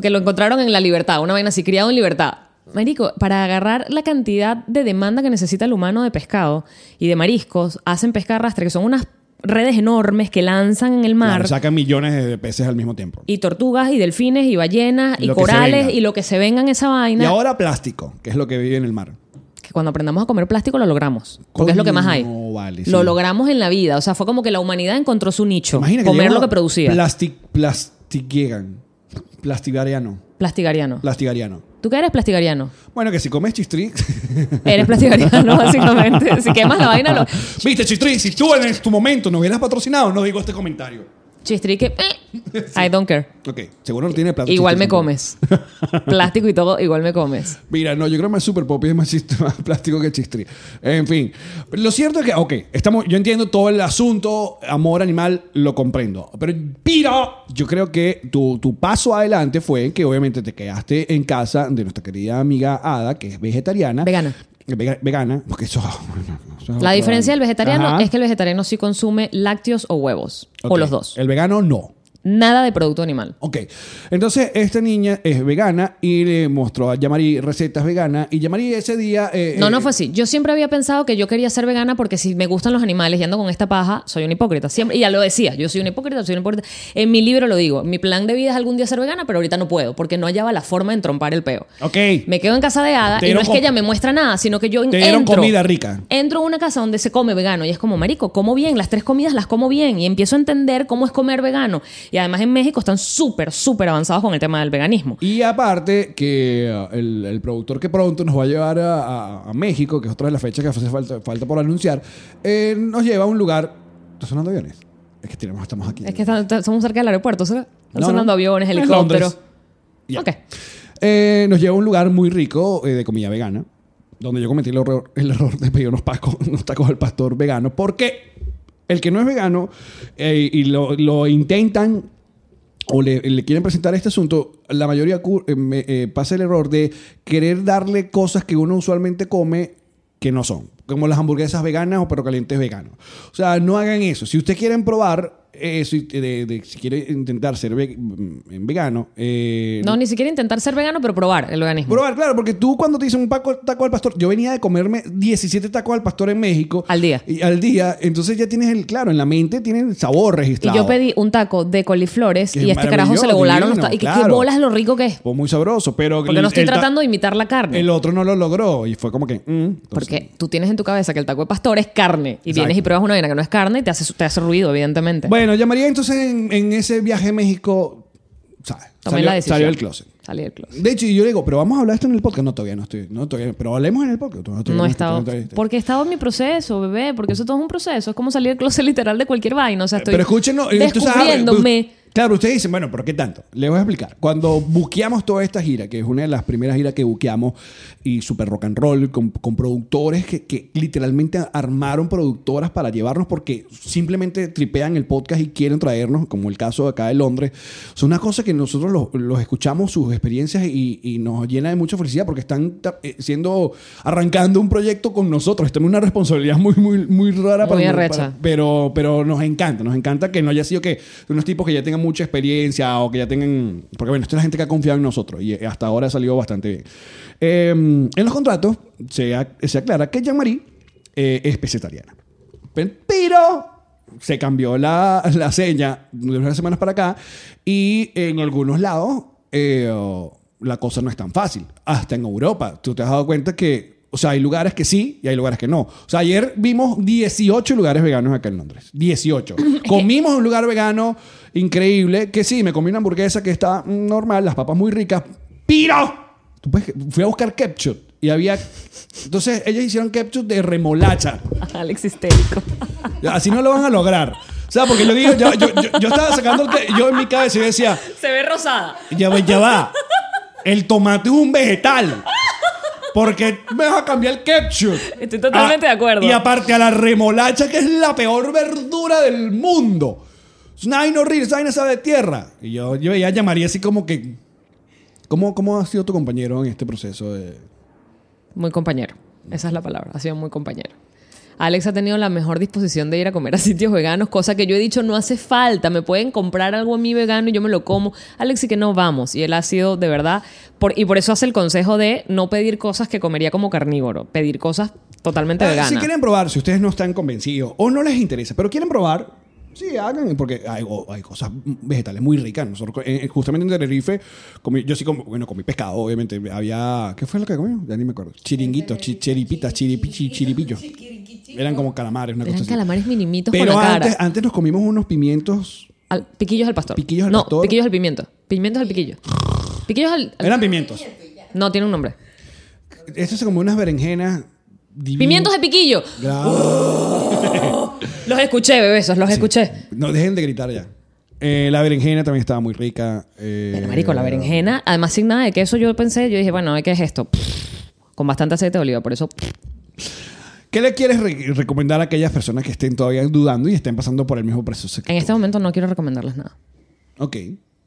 Speaker 1: que lo encontraron en la libertad, una vaina así, criado en libertad. Marico, para agarrar la cantidad de demanda que necesita el humano de pescado y de mariscos, hacen pesca de arrastre, que son unas redes enormes que lanzan en el mar.
Speaker 2: Claro, sacan millones de peces al mismo tiempo.
Speaker 1: y tortugas, y delfines, y ballenas, y
Speaker 2: Lo que se
Speaker 1: corales,
Speaker 2: venga.
Speaker 1: y lo que se venga en esa
Speaker 2: Y
Speaker 1: vaina.
Speaker 2: ahora plástico, que es lo que vive en el mar.
Speaker 1: que cuando aprendamos a comer plástico lo logramos. Porque es lo que más hay.
Speaker 2: Coño, vale,
Speaker 1: Lo
Speaker 2: sí.
Speaker 1: logramos en la vida. O sea, fue como que la humanidad encontró su nicho.
Speaker 2: Imagina que
Speaker 1: comer
Speaker 2: llegó
Speaker 1: lo que producía.
Speaker 2: Plastic, plastiguegan. Plastigariano.
Speaker 1: plastigariano.
Speaker 2: Plastigariano.
Speaker 1: ¿Tú qué eres plastigariano?
Speaker 2: Bueno, que si comes chistri.
Speaker 1: Eres plastigariano, básicamente. Si quemas la vaina, lo...
Speaker 2: Viste, chistri, si tú en tu momento no hubieras patrocinado, no digo este comentario.
Speaker 1: Chistrique. eh, I don't care.
Speaker 2: Ok, seguro no tiene plata.
Speaker 1: Igual
Speaker 2: Chistri,
Speaker 1: me
Speaker 2: seguro.
Speaker 1: comes. Plástico y todo, igual me comes.
Speaker 2: Mira, no, yo creo que más Super Pop es más, chist- más plástico que chistri. En fin, lo cierto es que, ok, estamos, yo entiendo todo el asunto, amor animal, lo comprendo. Pero, piro, yo creo que tu, tu paso adelante fue que obviamente te quedaste en casa de nuestra querida amiga Ada, que es vegetariana.
Speaker 1: Vegana.
Speaker 2: Eh, vega- vegana, porque eso... eso es
Speaker 1: La
Speaker 2: otra-
Speaker 1: diferencia del vegetariano
Speaker 2: Ajá.
Speaker 1: es que el vegetariano sí consume lácteos o huevos.
Speaker 2: Ok,
Speaker 1: O los dos.
Speaker 2: El vegano no.
Speaker 1: Nada de producto animal.
Speaker 2: Ok, entonces esta niña es vegana y le mostró a Yamari recetas veganas y Yamari ese día... eh,
Speaker 1: No,
Speaker 2: eh,
Speaker 1: no fue así. Yo siempre había pensado que yo quería ser vegana porque si me gustan los animales y ando con esta paja, soy un hipócrita. Siempre, y ya lo decía, yo soy un hipócrita, soy un hipócrita. En mi libro lo digo, mi plan de vida es algún día ser vegana, pero ahorita no puedo porque no hallaba la forma de entrompar el peo.
Speaker 2: eh, Ok.
Speaker 1: Me quedo en casa de Ada
Speaker 2: Te
Speaker 1: y no
Speaker 2: dieron
Speaker 1: es que
Speaker 2: com-
Speaker 1: ella me muestra nada, sino que yo
Speaker 2: Te dieron
Speaker 1: entro-
Speaker 2: comida rica.
Speaker 1: Entro a una casa donde se come vegano y es como, marico, como bien, las tres comidas las como bien y empiezo a entender cómo es comer vegano. Y además en México están súper, súper avanzados con el tema del veganismo.
Speaker 2: Y aparte, que eh, el, el productor que pronto nos va a llevar a, a- a México, que es otra de las fechas que hace falta, falta por anunciar, eh, nos lleva a un lugar. ¿Está sonando aviones? Es que tenemos, estamos aquí.
Speaker 1: Es que están- están- somos cerca del aeropuerto, ¿será? Están
Speaker 2: No,
Speaker 1: sonando
Speaker 2: no.
Speaker 1: aviones,
Speaker 2: Es
Speaker 1: helicópteros.
Speaker 2: Londres. Ya.
Speaker 1: Ok.
Speaker 2: Eh, nos lleva a un lugar muy rico eh, de comida vegana, donde yo cometí el error, el error de pedir unos, pacos- unos tacos al pastor vegano, porque el que no es vegano eh, y lo, lo intentan o le, le quieren presentar este asunto, la mayoría cu- eh, me- eh, pasa el error de querer darle cosas que uno usualmente come que no son, como las hamburguesas veganas o perro calientes veganos. O sea, no hagan eso. Si ustedes quieren probar, eh, si, de- de- si quieren intentar ser ve- mm, vegano, eh,
Speaker 1: No, ni siquiera intentar ser vegano, pero probar el veganismo.
Speaker 2: Probar, claro, porque tú cuando te dicen un paco- taco al pastor, yo venía de comerme 17 tacos al pastor en México.
Speaker 1: Al día.
Speaker 2: Y, al día, entonces ya tienes el, claro, en la mente tienen el sabor
Speaker 1: y
Speaker 2: registrado.
Speaker 1: yo pedí un taco de coliflores
Speaker 2: Qué
Speaker 1: y a este carajo se le
Speaker 2: maravilloso,
Speaker 1: volaron los
Speaker 2: divino,
Speaker 1: tacos. Y que- qué
Speaker 2: claro.
Speaker 1: bolas lo rico que es.
Speaker 2: Fue muy sabroso, pero...
Speaker 1: Porque no estoy
Speaker 2: el ta-
Speaker 1: tratando de imitar la carne.
Speaker 2: El otro no lo logró y fue como que... mm, entonces-
Speaker 1: Porque tú tienes en tu cabeza que el taco de pastor es carne. Y
Speaker 2: Exacto.
Speaker 1: vienes y pruebas una vaina que no es carne y te hace, te hace ruido, evidentemente.
Speaker 2: Bueno, ya María entonces en, en ese viaje a México, ¿sabes?
Speaker 1: Tomé
Speaker 2: Salió,
Speaker 1: la decisión.
Speaker 2: salió del closet.
Speaker 1: Salí del closet.
Speaker 2: De hecho, y yo le digo, pero vamos a hablar esto en el podcast. No, todavía no estoy. No, todavía, pero hablemos en el podcast. No, todavía
Speaker 1: No he
Speaker 2: estoy,
Speaker 1: estado.
Speaker 2: todavía no estoy.
Speaker 1: Porque he estado en mi proceso, bebé. Porque eso todo es un proceso. Es como salir del closet literal de cualquier vaina. O sea, estoy
Speaker 2: Pero escúchenlo. eh, tú sabes,
Speaker 1: descubriéndome.
Speaker 2: pues, Claro, ustedes dicen, bueno, ¿pero qué tanto? Les voy a explicar. Cuando buqueamos toda esta gira, que es una de las primeras giras que buqueamos, y super rock and roll, con, con productores que, que literalmente armaron productoras para llevarnos porque simplemente tripean el podcast y quieren traernos, como el caso de acá de Londres. Son una cosa que nosotros los, los escuchamos, sus experiencias, y, y nos llena de mucha felicidad porque están ta- eh, siendo, arrancando un proyecto con nosotros. Están en una responsabilidad muy, muy, muy rara
Speaker 1: Muy
Speaker 2: para,
Speaker 1: arrecha.
Speaker 2: para- pero, pero nos encanta, nos encanta que no haya sido que unos tipos que ya tengan mucha experiencia o que ya tengan. Porque bueno, esta es la gente que ha confiado en nosotros y hasta ahora ha salido bastante bien. Eh, en los contratos se, ac- se aclara que Jean-Marie eh, es pesetariana. Pe- Pero se cambió la, la seña de unas semanas para acá y en algunos lados eh, oh, la cosa no es tan fácil. Hasta en Europa. Tú te has dado cuenta que o sea, hay lugares que sí y hay lugares que no. O sea, ayer vimos 18 lugares veganos acá en Londres. 18. Comimos en un lugar vegano increíble, que sí, me comí una hamburguesa que está mm, normal, las papas muy ricas. ¡Piro! Tú puedes- fui a buscar ketchup y había... Entonces, ellos hicieron ketchup de remolacha.
Speaker 1: Alex histérico.
Speaker 2: Así no lo van a lograr. O sea, porque lo digo, yo, yo, yo- yo estaba sacando... el ke- Yo en mi cabeza yo decía,
Speaker 1: Se ve rosada.
Speaker 2: ya va, ya va. El tomate es un vegetal. Porque me vas a cambiar el ketchup. Ah,
Speaker 1: Estoy totalmente de acuerdo.
Speaker 2: Y aparte a la remolacha, que es la peor verdura del mundo. Es una vaina horrible, esa vaina sabe de tierra. Y yo, yo ya llamaría así como que. ¿Cómo, ¿Cómo ha sido tu compañero en este proceso de.?
Speaker 1: Muy compañero. Esa es la palabra. Ha sido muy compañero. Alex ha tenido la mejor disposición de ir a comer a sitios veganos, cosa que yo he dicho no hace falta. Me pueden comprar algo a mí vegano y yo me lo como. Alex y que no vamos. Y él ha sido de verdad. por- y por eso hace el consejo de no pedir cosas que comería como carnívoro. Pedir cosas totalmente
Speaker 2: Ah,
Speaker 1: veganas.
Speaker 2: Si quieren probar, si ustedes no están convencidos o no les interesa, pero quieren probar, sí, hagan, porque hay, o- hay cosas vegetales muy ricas. Nosotros, eh, justamente en Tenerife, comí- yo sí comí, bueno, comí pescado, obviamente. Había, ¿qué fue lo que comí? Ya ni me acuerdo. Chiringuitos, chi- chiripitas, chiripichi, chiripillos. Eran como calamares, una
Speaker 1: Eran
Speaker 2: cosa así.
Speaker 1: calamares minimitos con
Speaker 2: Pero
Speaker 1: la cara.
Speaker 2: antes, antes nos comimos unos pimientos.
Speaker 1: Al- piquillos al pastor.
Speaker 2: Piquillos al
Speaker 1: no,
Speaker 2: pastor.
Speaker 1: piquillos al pimiento. Pimientos al piquillo. Piquillos al... al-
Speaker 2: Eran pimientos.
Speaker 1: No, tiene un nombre.
Speaker 2: Estos son como unas berenjenas. divinas.
Speaker 1: Pimientos de piquillo.
Speaker 2: Claro.
Speaker 1: Los escuché, bebesos, los escuché.
Speaker 2: No dejen de gritar ya. Eh, la berenjena también estaba muy rica. eh,
Speaker 1: Pero, marico, la berenjena, además sin nada de queso, yo pensé, yo dije, bueno, ¿qué es esto? Con bastante aceite de oliva, por eso.
Speaker 2: ¿Qué le quieres re- recomendar a aquellas personas que estén todavía dudando y estén pasando por el mismo proceso? que
Speaker 1: En
Speaker 2: tú?
Speaker 1: este momento no quiero recomendarles nada.
Speaker 2: Ok.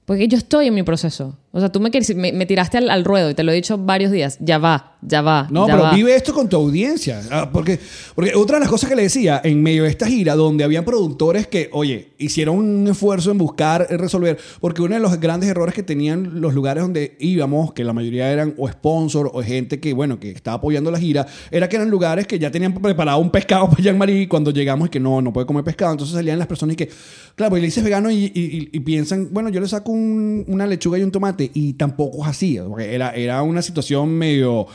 Speaker 1: Porque yo estoy en mi proceso. O sea, tú me, quieres- me, me tiraste al, al ruedo y te lo he dicho varios días. Ya va, ya va.
Speaker 2: No,
Speaker 1: ya
Speaker 2: pero
Speaker 1: va.
Speaker 2: vive esto con tu audiencia. Ah, porque, porque otra de las cosas que le decía, en medio de esta gira, donde habían productores que, oye, hicieron un esfuerzo en buscar eh, resolver, porque uno de los grandes errores que tenían los lugares donde íbamos, que la mayoría eran o sponsor o gente que, bueno, que estaba apoyando la gira, era que eran lugares que ya tenían preparado un pescado para Jean-Marie y cuando llegamos y que no, no puede comer pescado. Entonces salían las personas y que, claro, y le dices vegano y, y- y- y piensan, bueno, yo le saco un- una lechuga y un tomate y tampoco es así. Porque era, era una situación medio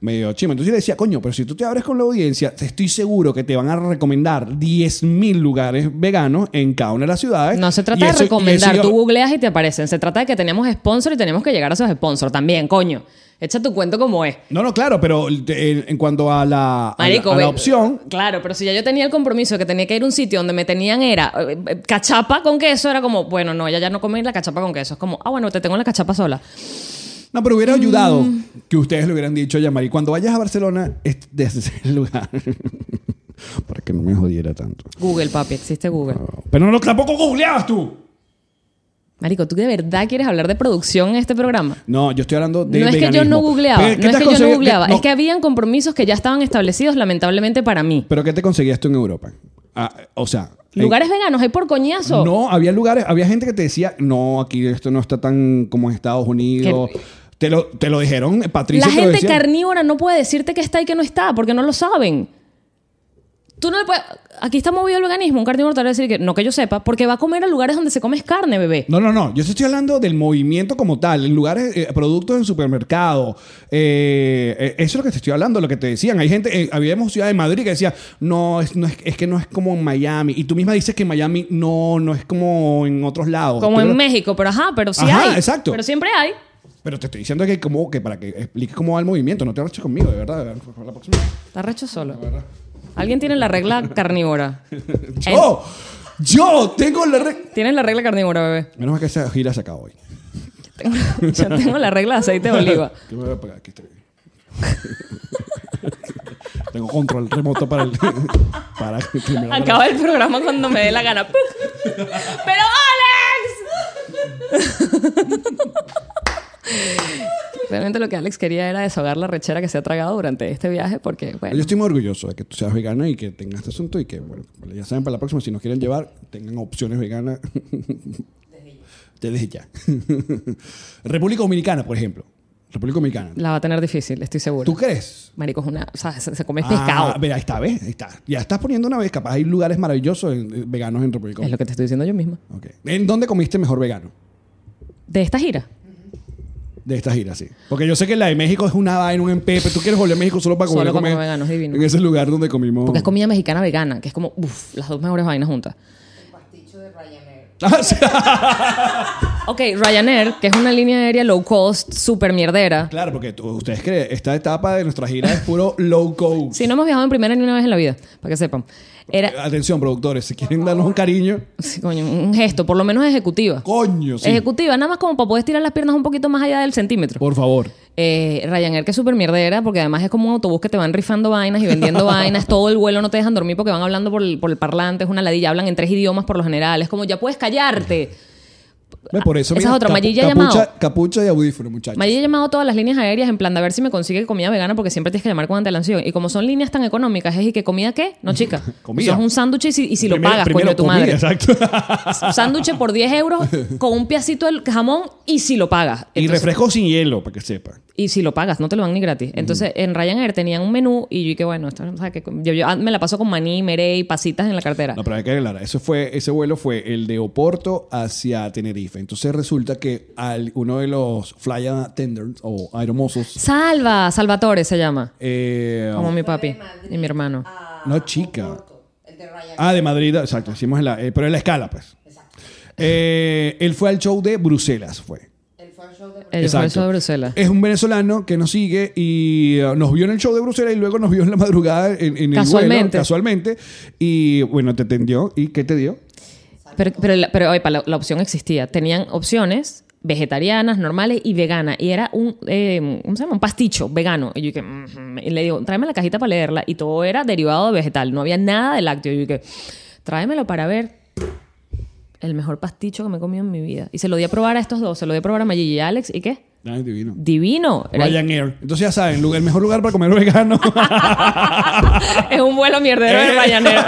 Speaker 2: medio chimo. Entonces yo le decía, coño, pero si tú te abres con la audiencia, te estoy seguro que te van a recomendar 10.000 lugares veganos en cada una de las ciudades.
Speaker 1: No se
Speaker 2: Y
Speaker 1: trata
Speaker 2: eso-
Speaker 1: de
Speaker 2: y eso
Speaker 1: recomendar,
Speaker 2: yo-
Speaker 1: tú googleas y te aparecen. Se trata de que tenemos sponsor y tenemos que llegar a esos sponsors también, coño. Echa tu cuento como es.
Speaker 2: No, no, claro, pero te- en, en cuanto a la, a la-
Speaker 1: Marico,
Speaker 2: a la
Speaker 1: ve-
Speaker 2: opción,
Speaker 1: Claro, pero si ya yo tenía el compromiso de que tenía que ir a un sitio donde me tenían era eh, eh, cachapa con queso, era como, bueno, no, ya ya no comí la cachapa con queso. Es como, ah, bueno, te tengo la cachapa sola.
Speaker 2: no, pero hubiera ayudado
Speaker 1: Mm.
Speaker 2: que ustedes le hubieran dicho a Marí, cuando vayas a Barcelona, es desde el lugar. Para que no me jodiera tanto.
Speaker 1: Google, papi, existe Google.
Speaker 2: Pero no, tampoco googleabas tú.
Speaker 1: Marico, ¿tú de verdad quieres hablar de producción en este programa?
Speaker 2: No, yo estoy hablando de
Speaker 1: no es que yo no
Speaker 2: veganismo.
Speaker 1: googleaba, no
Speaker 2: Pero,
Speaker 1: es
Speaker 2: ¿qué
Speaker 1: que
Speaker 2: te has
Speaker 1: yo no
Speaker 2: conseguido?
Speaker 1: googleaba,
Speaker 2: No,
Speaker 1: es que habían compromisos que ya estaban establecidos lamentablemente para mí.
Speaker 2: ¿Pero qué te conseguías tú en Europa? Ah, o sea... en-
Speaker 1: Lugares veganos hay por coñazo.
Speaker 2: No, había lugares, había gente que te decía, no, aquí esto no está tan como en Estados Unidos. Te lo, te lo dijeron, eh, Patricia.
Speaker 1: La
Speaker 2: te lo
Speaker 1: gente
Speaker 2: decía.
Speaker 1: carnívora no puede decirte que está y que no está, porque no lo saben. Tú no le puedes... Aquí está movido el veganismo. Un carnívoro te va a decir que no que yo sepa, porque va a comer a lugares donde se come carne, bebé.
Speaker 2: No, no, no. Yo te estoy hablando del movimiento como tal, en lugares, eh, productos en supermercado. Eh, eh, eso es lo que te estoy hablando, lo que te decían. Hay gente, eh, habíamos ciudad de Madrid que decía, no, es, no es, es que no es como en Miami. Y tú misma dices que en Miami no, no es como en otros lados.
Speaker 1: Como
Speaker 2: Tú
Speaker 1: en
Speaker 2: lo-
Speaker 1: México, pero ajá, pero sí
Speaker 2: Ajá,
Speaker 1: hay.
Speaker 2: exacto.
Speaker 1: Pero siempre hay.
Speaker 2: Pero te estoy diciendo que como que para que expliques cómo va el movimiento, no te arroches conmigo, de verdad. de verdad, por la próxima.
Speaker 1: Está recho solo. Alguien tiene la regla carnívora.
Speaker 2: Yo, ¡Oh! yo tengo la re-
Speaker 1: Tienes la regla carnívora, bebé.
Speaker 2: Menos mal que esa gira se acaba hoy.
Speaker 1: Tengo, yo tengo la regla de aceite de oliva.
Speaker 2: ¿Qué me voy a pegar? Aquí estoy. Tengo control remoto para el. para que me lo-
Speaker 1: Acaba el programa cuando me dé la gana. ¡Pero Alex! Realmente lo que Alex quería era desahogar la rechera que se ha tragado durante este viaje porque,
Speaker 2: Yo
Speaker 1: bueno,
Speaker 2: estoy muy orgulloso de que tú seas vegana y que tengas este asunto y que, bueno, ya saben, para la próxima, si nos quieren llevar, tengan opciones veganas. Desde ya. República Dominicana, por ejemplo. República Dominicana.
Speaker 1: la va a tener difícil, estoy seguro.
Speaker 2: ¿Tú crees?
Speaker 1: Marico, es una... O sea, se, se come
Speaker 2: Ah,
Speaker 1: pescado.
Speaker 2: mira, ahí está, ¿ves? Ahí está. Ya estás poniendo una vez, capaz hay lugares maravillosos en- eh, veganos en República
Speaker 1: Es lo
Speaker 2: Dominicana.
Speaker 1: que te estoy diciendo yo misma.
Speaker 2: Ok. ¿En dónde comiste mejor vegano?
Speaker 1: De esta gira.
Speaker 2: De esta gira, sí. Porque yo sé que la de México es una vaina, un empepe. Tú quieres volver a México solo para
Speaker 1: Solo
Speaker 2: comer,
Speaker 1: para
Speaker 2: comer
Speaker 1: comer veganos, divino.
Speaker 2: En ese lugar donde comimos.
Speaker 1: Porque es comida mexicana vegana, que es como, uff, las dos mejores vainas juntas.
Speaker 2: Ah, sí.
Speaker 1: Ok, Ryanair, que es una línea aérea low cost, súper mierdera.
Speaker 2: claro, porque tú- ustedes creen, esta etapa de nuestra gira es puro low cost.
Speaker 1: Si no hemos viajado en primera ni una vez en la vida, para que sepan. Era,
Speaker 2: Atención, productores, si quieren darnos un cariño,
Speaker 1: Sí, coño, un gesto, por lo menos ejecutiva.
Speaker 2: coño, sí.
Speaker 1: Ejecutiva, nada más como para poder estirar las piernas un poquito más allá del centímetro.
Speaker 2: Por favor.
Speaker 1: Eh, Ryanair, que es súper mierdera, porque además es como un autobús que te van rifando vainas y vendiendo vainas. Todo el vuelo no te dejan dormir porque van hablando por el, por el parlante, es una ladilla, hablan en tres idiomas por lo general. Es como, ya puedes callarte.
Speaker 2: Ve, Por eso,
Speaker 1: Esa es otra, Mayilla
Speaker 2: capucha,
Speaker 1: llamado.
Speaker 2: capucha y audífono, muchachos.
Speaker 1: María ha llamado a todas las líneas aéreas en plan de a ver si me consigue comida vegana porque siempre tienes que llamar con antelación. Y como son líneas tan económicas, es y que comida qué? No, chica.
Speaker 2: Comida.
Speaker 1: Eso es un sándwich y si, y si lo
Speaker 2: Primero-
Speaker 1: pagas, coño
Speaker 2: primero
Speaker 1: de tu
Speaker 2: comida,
Speaker 1: madre.
Speaker 2: Exacto.
Speaker 1: Sándwich por 10 euros con un piacito de jamón y si lo pagas.
Speaker 2: y
Speaker 1: Entonces-
Speaker 2: refresco Mm. sin hielo, para que sepa.
Speaker 1: Y si lo pagas, no te lo dan ni gratis. Entonces, en Ryanair tenían un menú y yo dije, bueno, esto, o sea, que yo, yo, ah, me la paso con maní, meré y pasitas en la cartera.
Speaker 2: No, pero hay que aclarar. Eso fue, ese vuelo fue el de Oporto hacia Tenerife. Entonces resulta que al, uno de los fly attendants o aeromosos,
Speaker 1: Salva, Salvatore se llama.
Speaker 2: eh,
Speaker 1: Como mi papi y mi hermano.
Speaker 2: no chica. Ah, de Madrid, exacto. Hicimos la, eh, pero en la escala, pues. Eh, él fue al show de Bruselas, fue.
Speaker 1: El
Speaker 2: Exacto.
Speaker 1: esfuerzo de Bruselas.
Speaker 2: Es un venezolano que nos sigue y uh, nos vio en el show de Bruselas y luego nos vio en la madrugada en, en el vuelo,
Speaker 1: Casualmente.
Speaker 2: casualmente. Y bueno, te atendió. ¿Y qué te dio?
Speaker 1: Pero, pero, la- pero oye, la, la opción existía. Tenían opciones vegetarianas, normales y veganas. Y era un, eh, ¿cómo se llama? Un pasticho vegano. Y yo dije, "Mm, mm". y le digo, tráeme la cajita para leerla. Y todo era derivado de vegetal. No había nada de lácteo. Y yo dije, tráemelo para ver. el mejor pasticho que me he comido en mi vida. Y se lo di a probar a estos dos. Se lo di a probar a Mayilla y a Alex. ¿Y qué?
Speaker 2: Ay, divino.
Speaker 1: Divino. Era-
Speaker 2: Ryanair. Entonces ya saben, lugar- el mejor lugar para comer vegano.
Speaker 1: es un vuelo mierdero de Ryanair.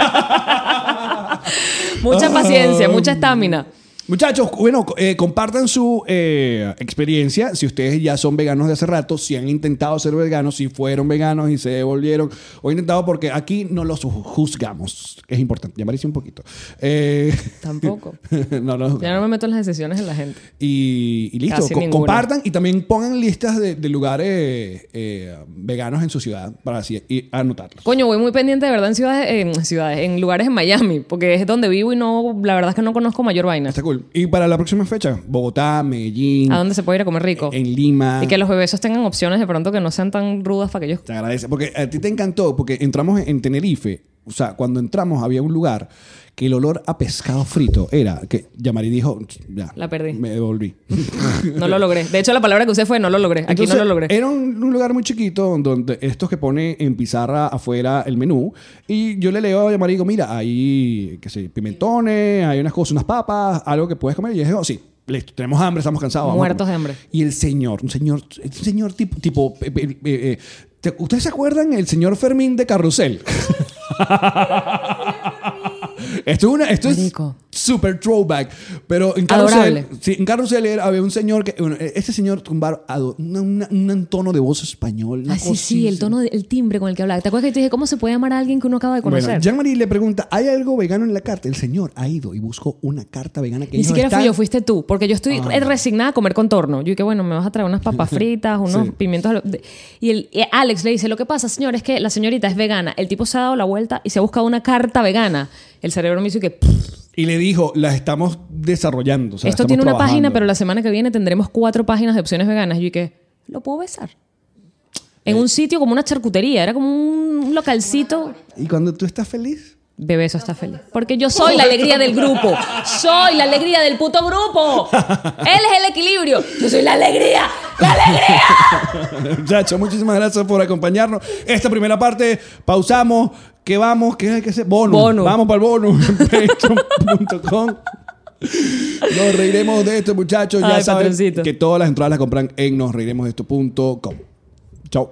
Speaker 1: mucha
Speaker 2: Oh.
Speaker 1: paciencia, mucha estamina.
Speaker 2: Muchachos, bueno, co- eh, compartan su eh, experiencia. Si ustedes ya son veganos de hace rato, si han intentado ser veganos, si fueron veganos y se volvieron, o intentado porque aquí no los ju- juzgamos. Es importante, llamarse un poquito. Eh,
Speaker 1: Tampoco.
Speaker 2: no, no,
Speaker 1: Ya no me meto en las decisiones de la gente.
Speaker 2: y, y listo,
Speaker 1: Casi
Speaker 2: Co-
Speaker 1: ninguna.
Speaker 2: compartan y también pongan listas de, de lugares eh, veganos en su ciudad para así y anotarlos.
Speaker 1: Coño, voy muy pendiente de verdad en ciudades, en ciudades, en lugares en Miami, porque es donde vivo y no, la verdad es que no conozco mayor vaina.
Speaker 2: Está cool. Y para la próxima fecha, Bogotá, Medellín,
Speaker 1: ¿A dónde se puede ir a comer rico?
Speaker 2: en Lima.
Speaker 1: Y que los bebesos tengan opciones de pronto que no sean tan rudas para que ellos.
Speaker 2: Te agradece. Porque a ti te encantó, porque entramos en Tenerife. O sea, cuando entramos había un lugar que el olor a pescado frito era que Yamari dijo, ya.
Speaker 1: La perdí.
Speaker 2: Me devolví.
Speaker 1: No lo logré. De hecho, la palabra que usé fue no lo logré. Aquí
Speaker 2: Entonces,
Speaker 1: no lo logré.
Speaker 2: Era un, un lugar muy chiquito donde estos que pone en pizarra afuera el menú. Y yo le leo a Yamari y digo, mira, hay, qué sé, pimentones, hay unas cosas, unas papas, algo que puedes comer. Y ella dijo, sí. Listo, tenemos hambre, estamos cansados. vamos a
Speaker 1: Muertos de
Speaker 2: comer".
Speaker 1: hambre.
Speaker 2: Y el señor, un señor, un señor tipo, tipo eh, eh, eh, ¿te- ¿ustedes se acuerdan el señor Fermín de Carrusel? Esto es una, esto es
Speaker 1: Marico.
Speaker 2: super throwback, pero en Carrusel,
Speaker 1: Adorable.
Speaker 2: sí, en Carrusel era- había un señor que, bueno, este señor tumbaron ado- una- una- un tono de voz español. una
Speaker 1: Ah, sí,
Speaker 2: cosa
Speaker 1: sí, el
Speaker 2: así.
Speaker 1: tono, de- el timbre con el que hablaba. ¿Te acuerdas que te dije cómo se puede amar a alguien que uno acaba de conocer?
Speaker 2: Bueno, Jean-Marie le pregunta, ¿hay algo vegano en la carta? El señor ha ido y buscó una carta vegana que
Speaker 1: Ni
Speaker 2: no
Speaker 1: siquiera
Speaker 2: está-
Speaker 1: fui yo, fuiste tú, porque yo estoy
Speaker 2: Ah.
Speaker 1: resignada a comer contorno. Yo dije, bueno, me vas a traer unas papas fritas, unos
Speaker 2: Sí.
Speaker 1: pimientos. a lo- de- Y, el, y Alex le dice, lo que pasa, señor, es que la señorita es vegana. El tipo se ha dado la vuelta y se ha buscado una carta vegana. El cerebro me hizo que... "Pff,
Speaker 2: Y le dijo, la estamos desarrollando. o sea,
Speaker 1: Esto
Speaker 2: estamos
Speaker 1: tiene una
Speaker 2: trabajando".
Speaker 1: página, pero la semana que viene tendremos cuatro páginas de opciones veganas. Y yo dije, ¿lo puedo besar? En
Speaker 2: Eh.
Speaker 1: un sitio como una charcutería, era como un localcito.
Speaker 2: ¿Y cuando tú estás feliz?
Speaker 1: Bebeso está feliz. Porque yo soy la alegría del grupo. Soy la alegría del puto grupo. Él es el equilibrio. Yo soy la alegría. La alegría.
Speaker 2: Muchachos, muchísimas gracias por acompañarnos. Esta primera parte, pausamos. que vamos? ¿Qué hay que hacer? Bonus.
Speaker 1: Bonus.
Speaker 2: Vamos para el bonus. en Patreon.com. Nos reiremos de esto, muchachos. Ya
Speaker 1: Ay,
Speaker 2: saben
Speaker 1: patroncito.
Speaker 2: que todas las entradas las compran en nosreiremosdeesto.com. Chao.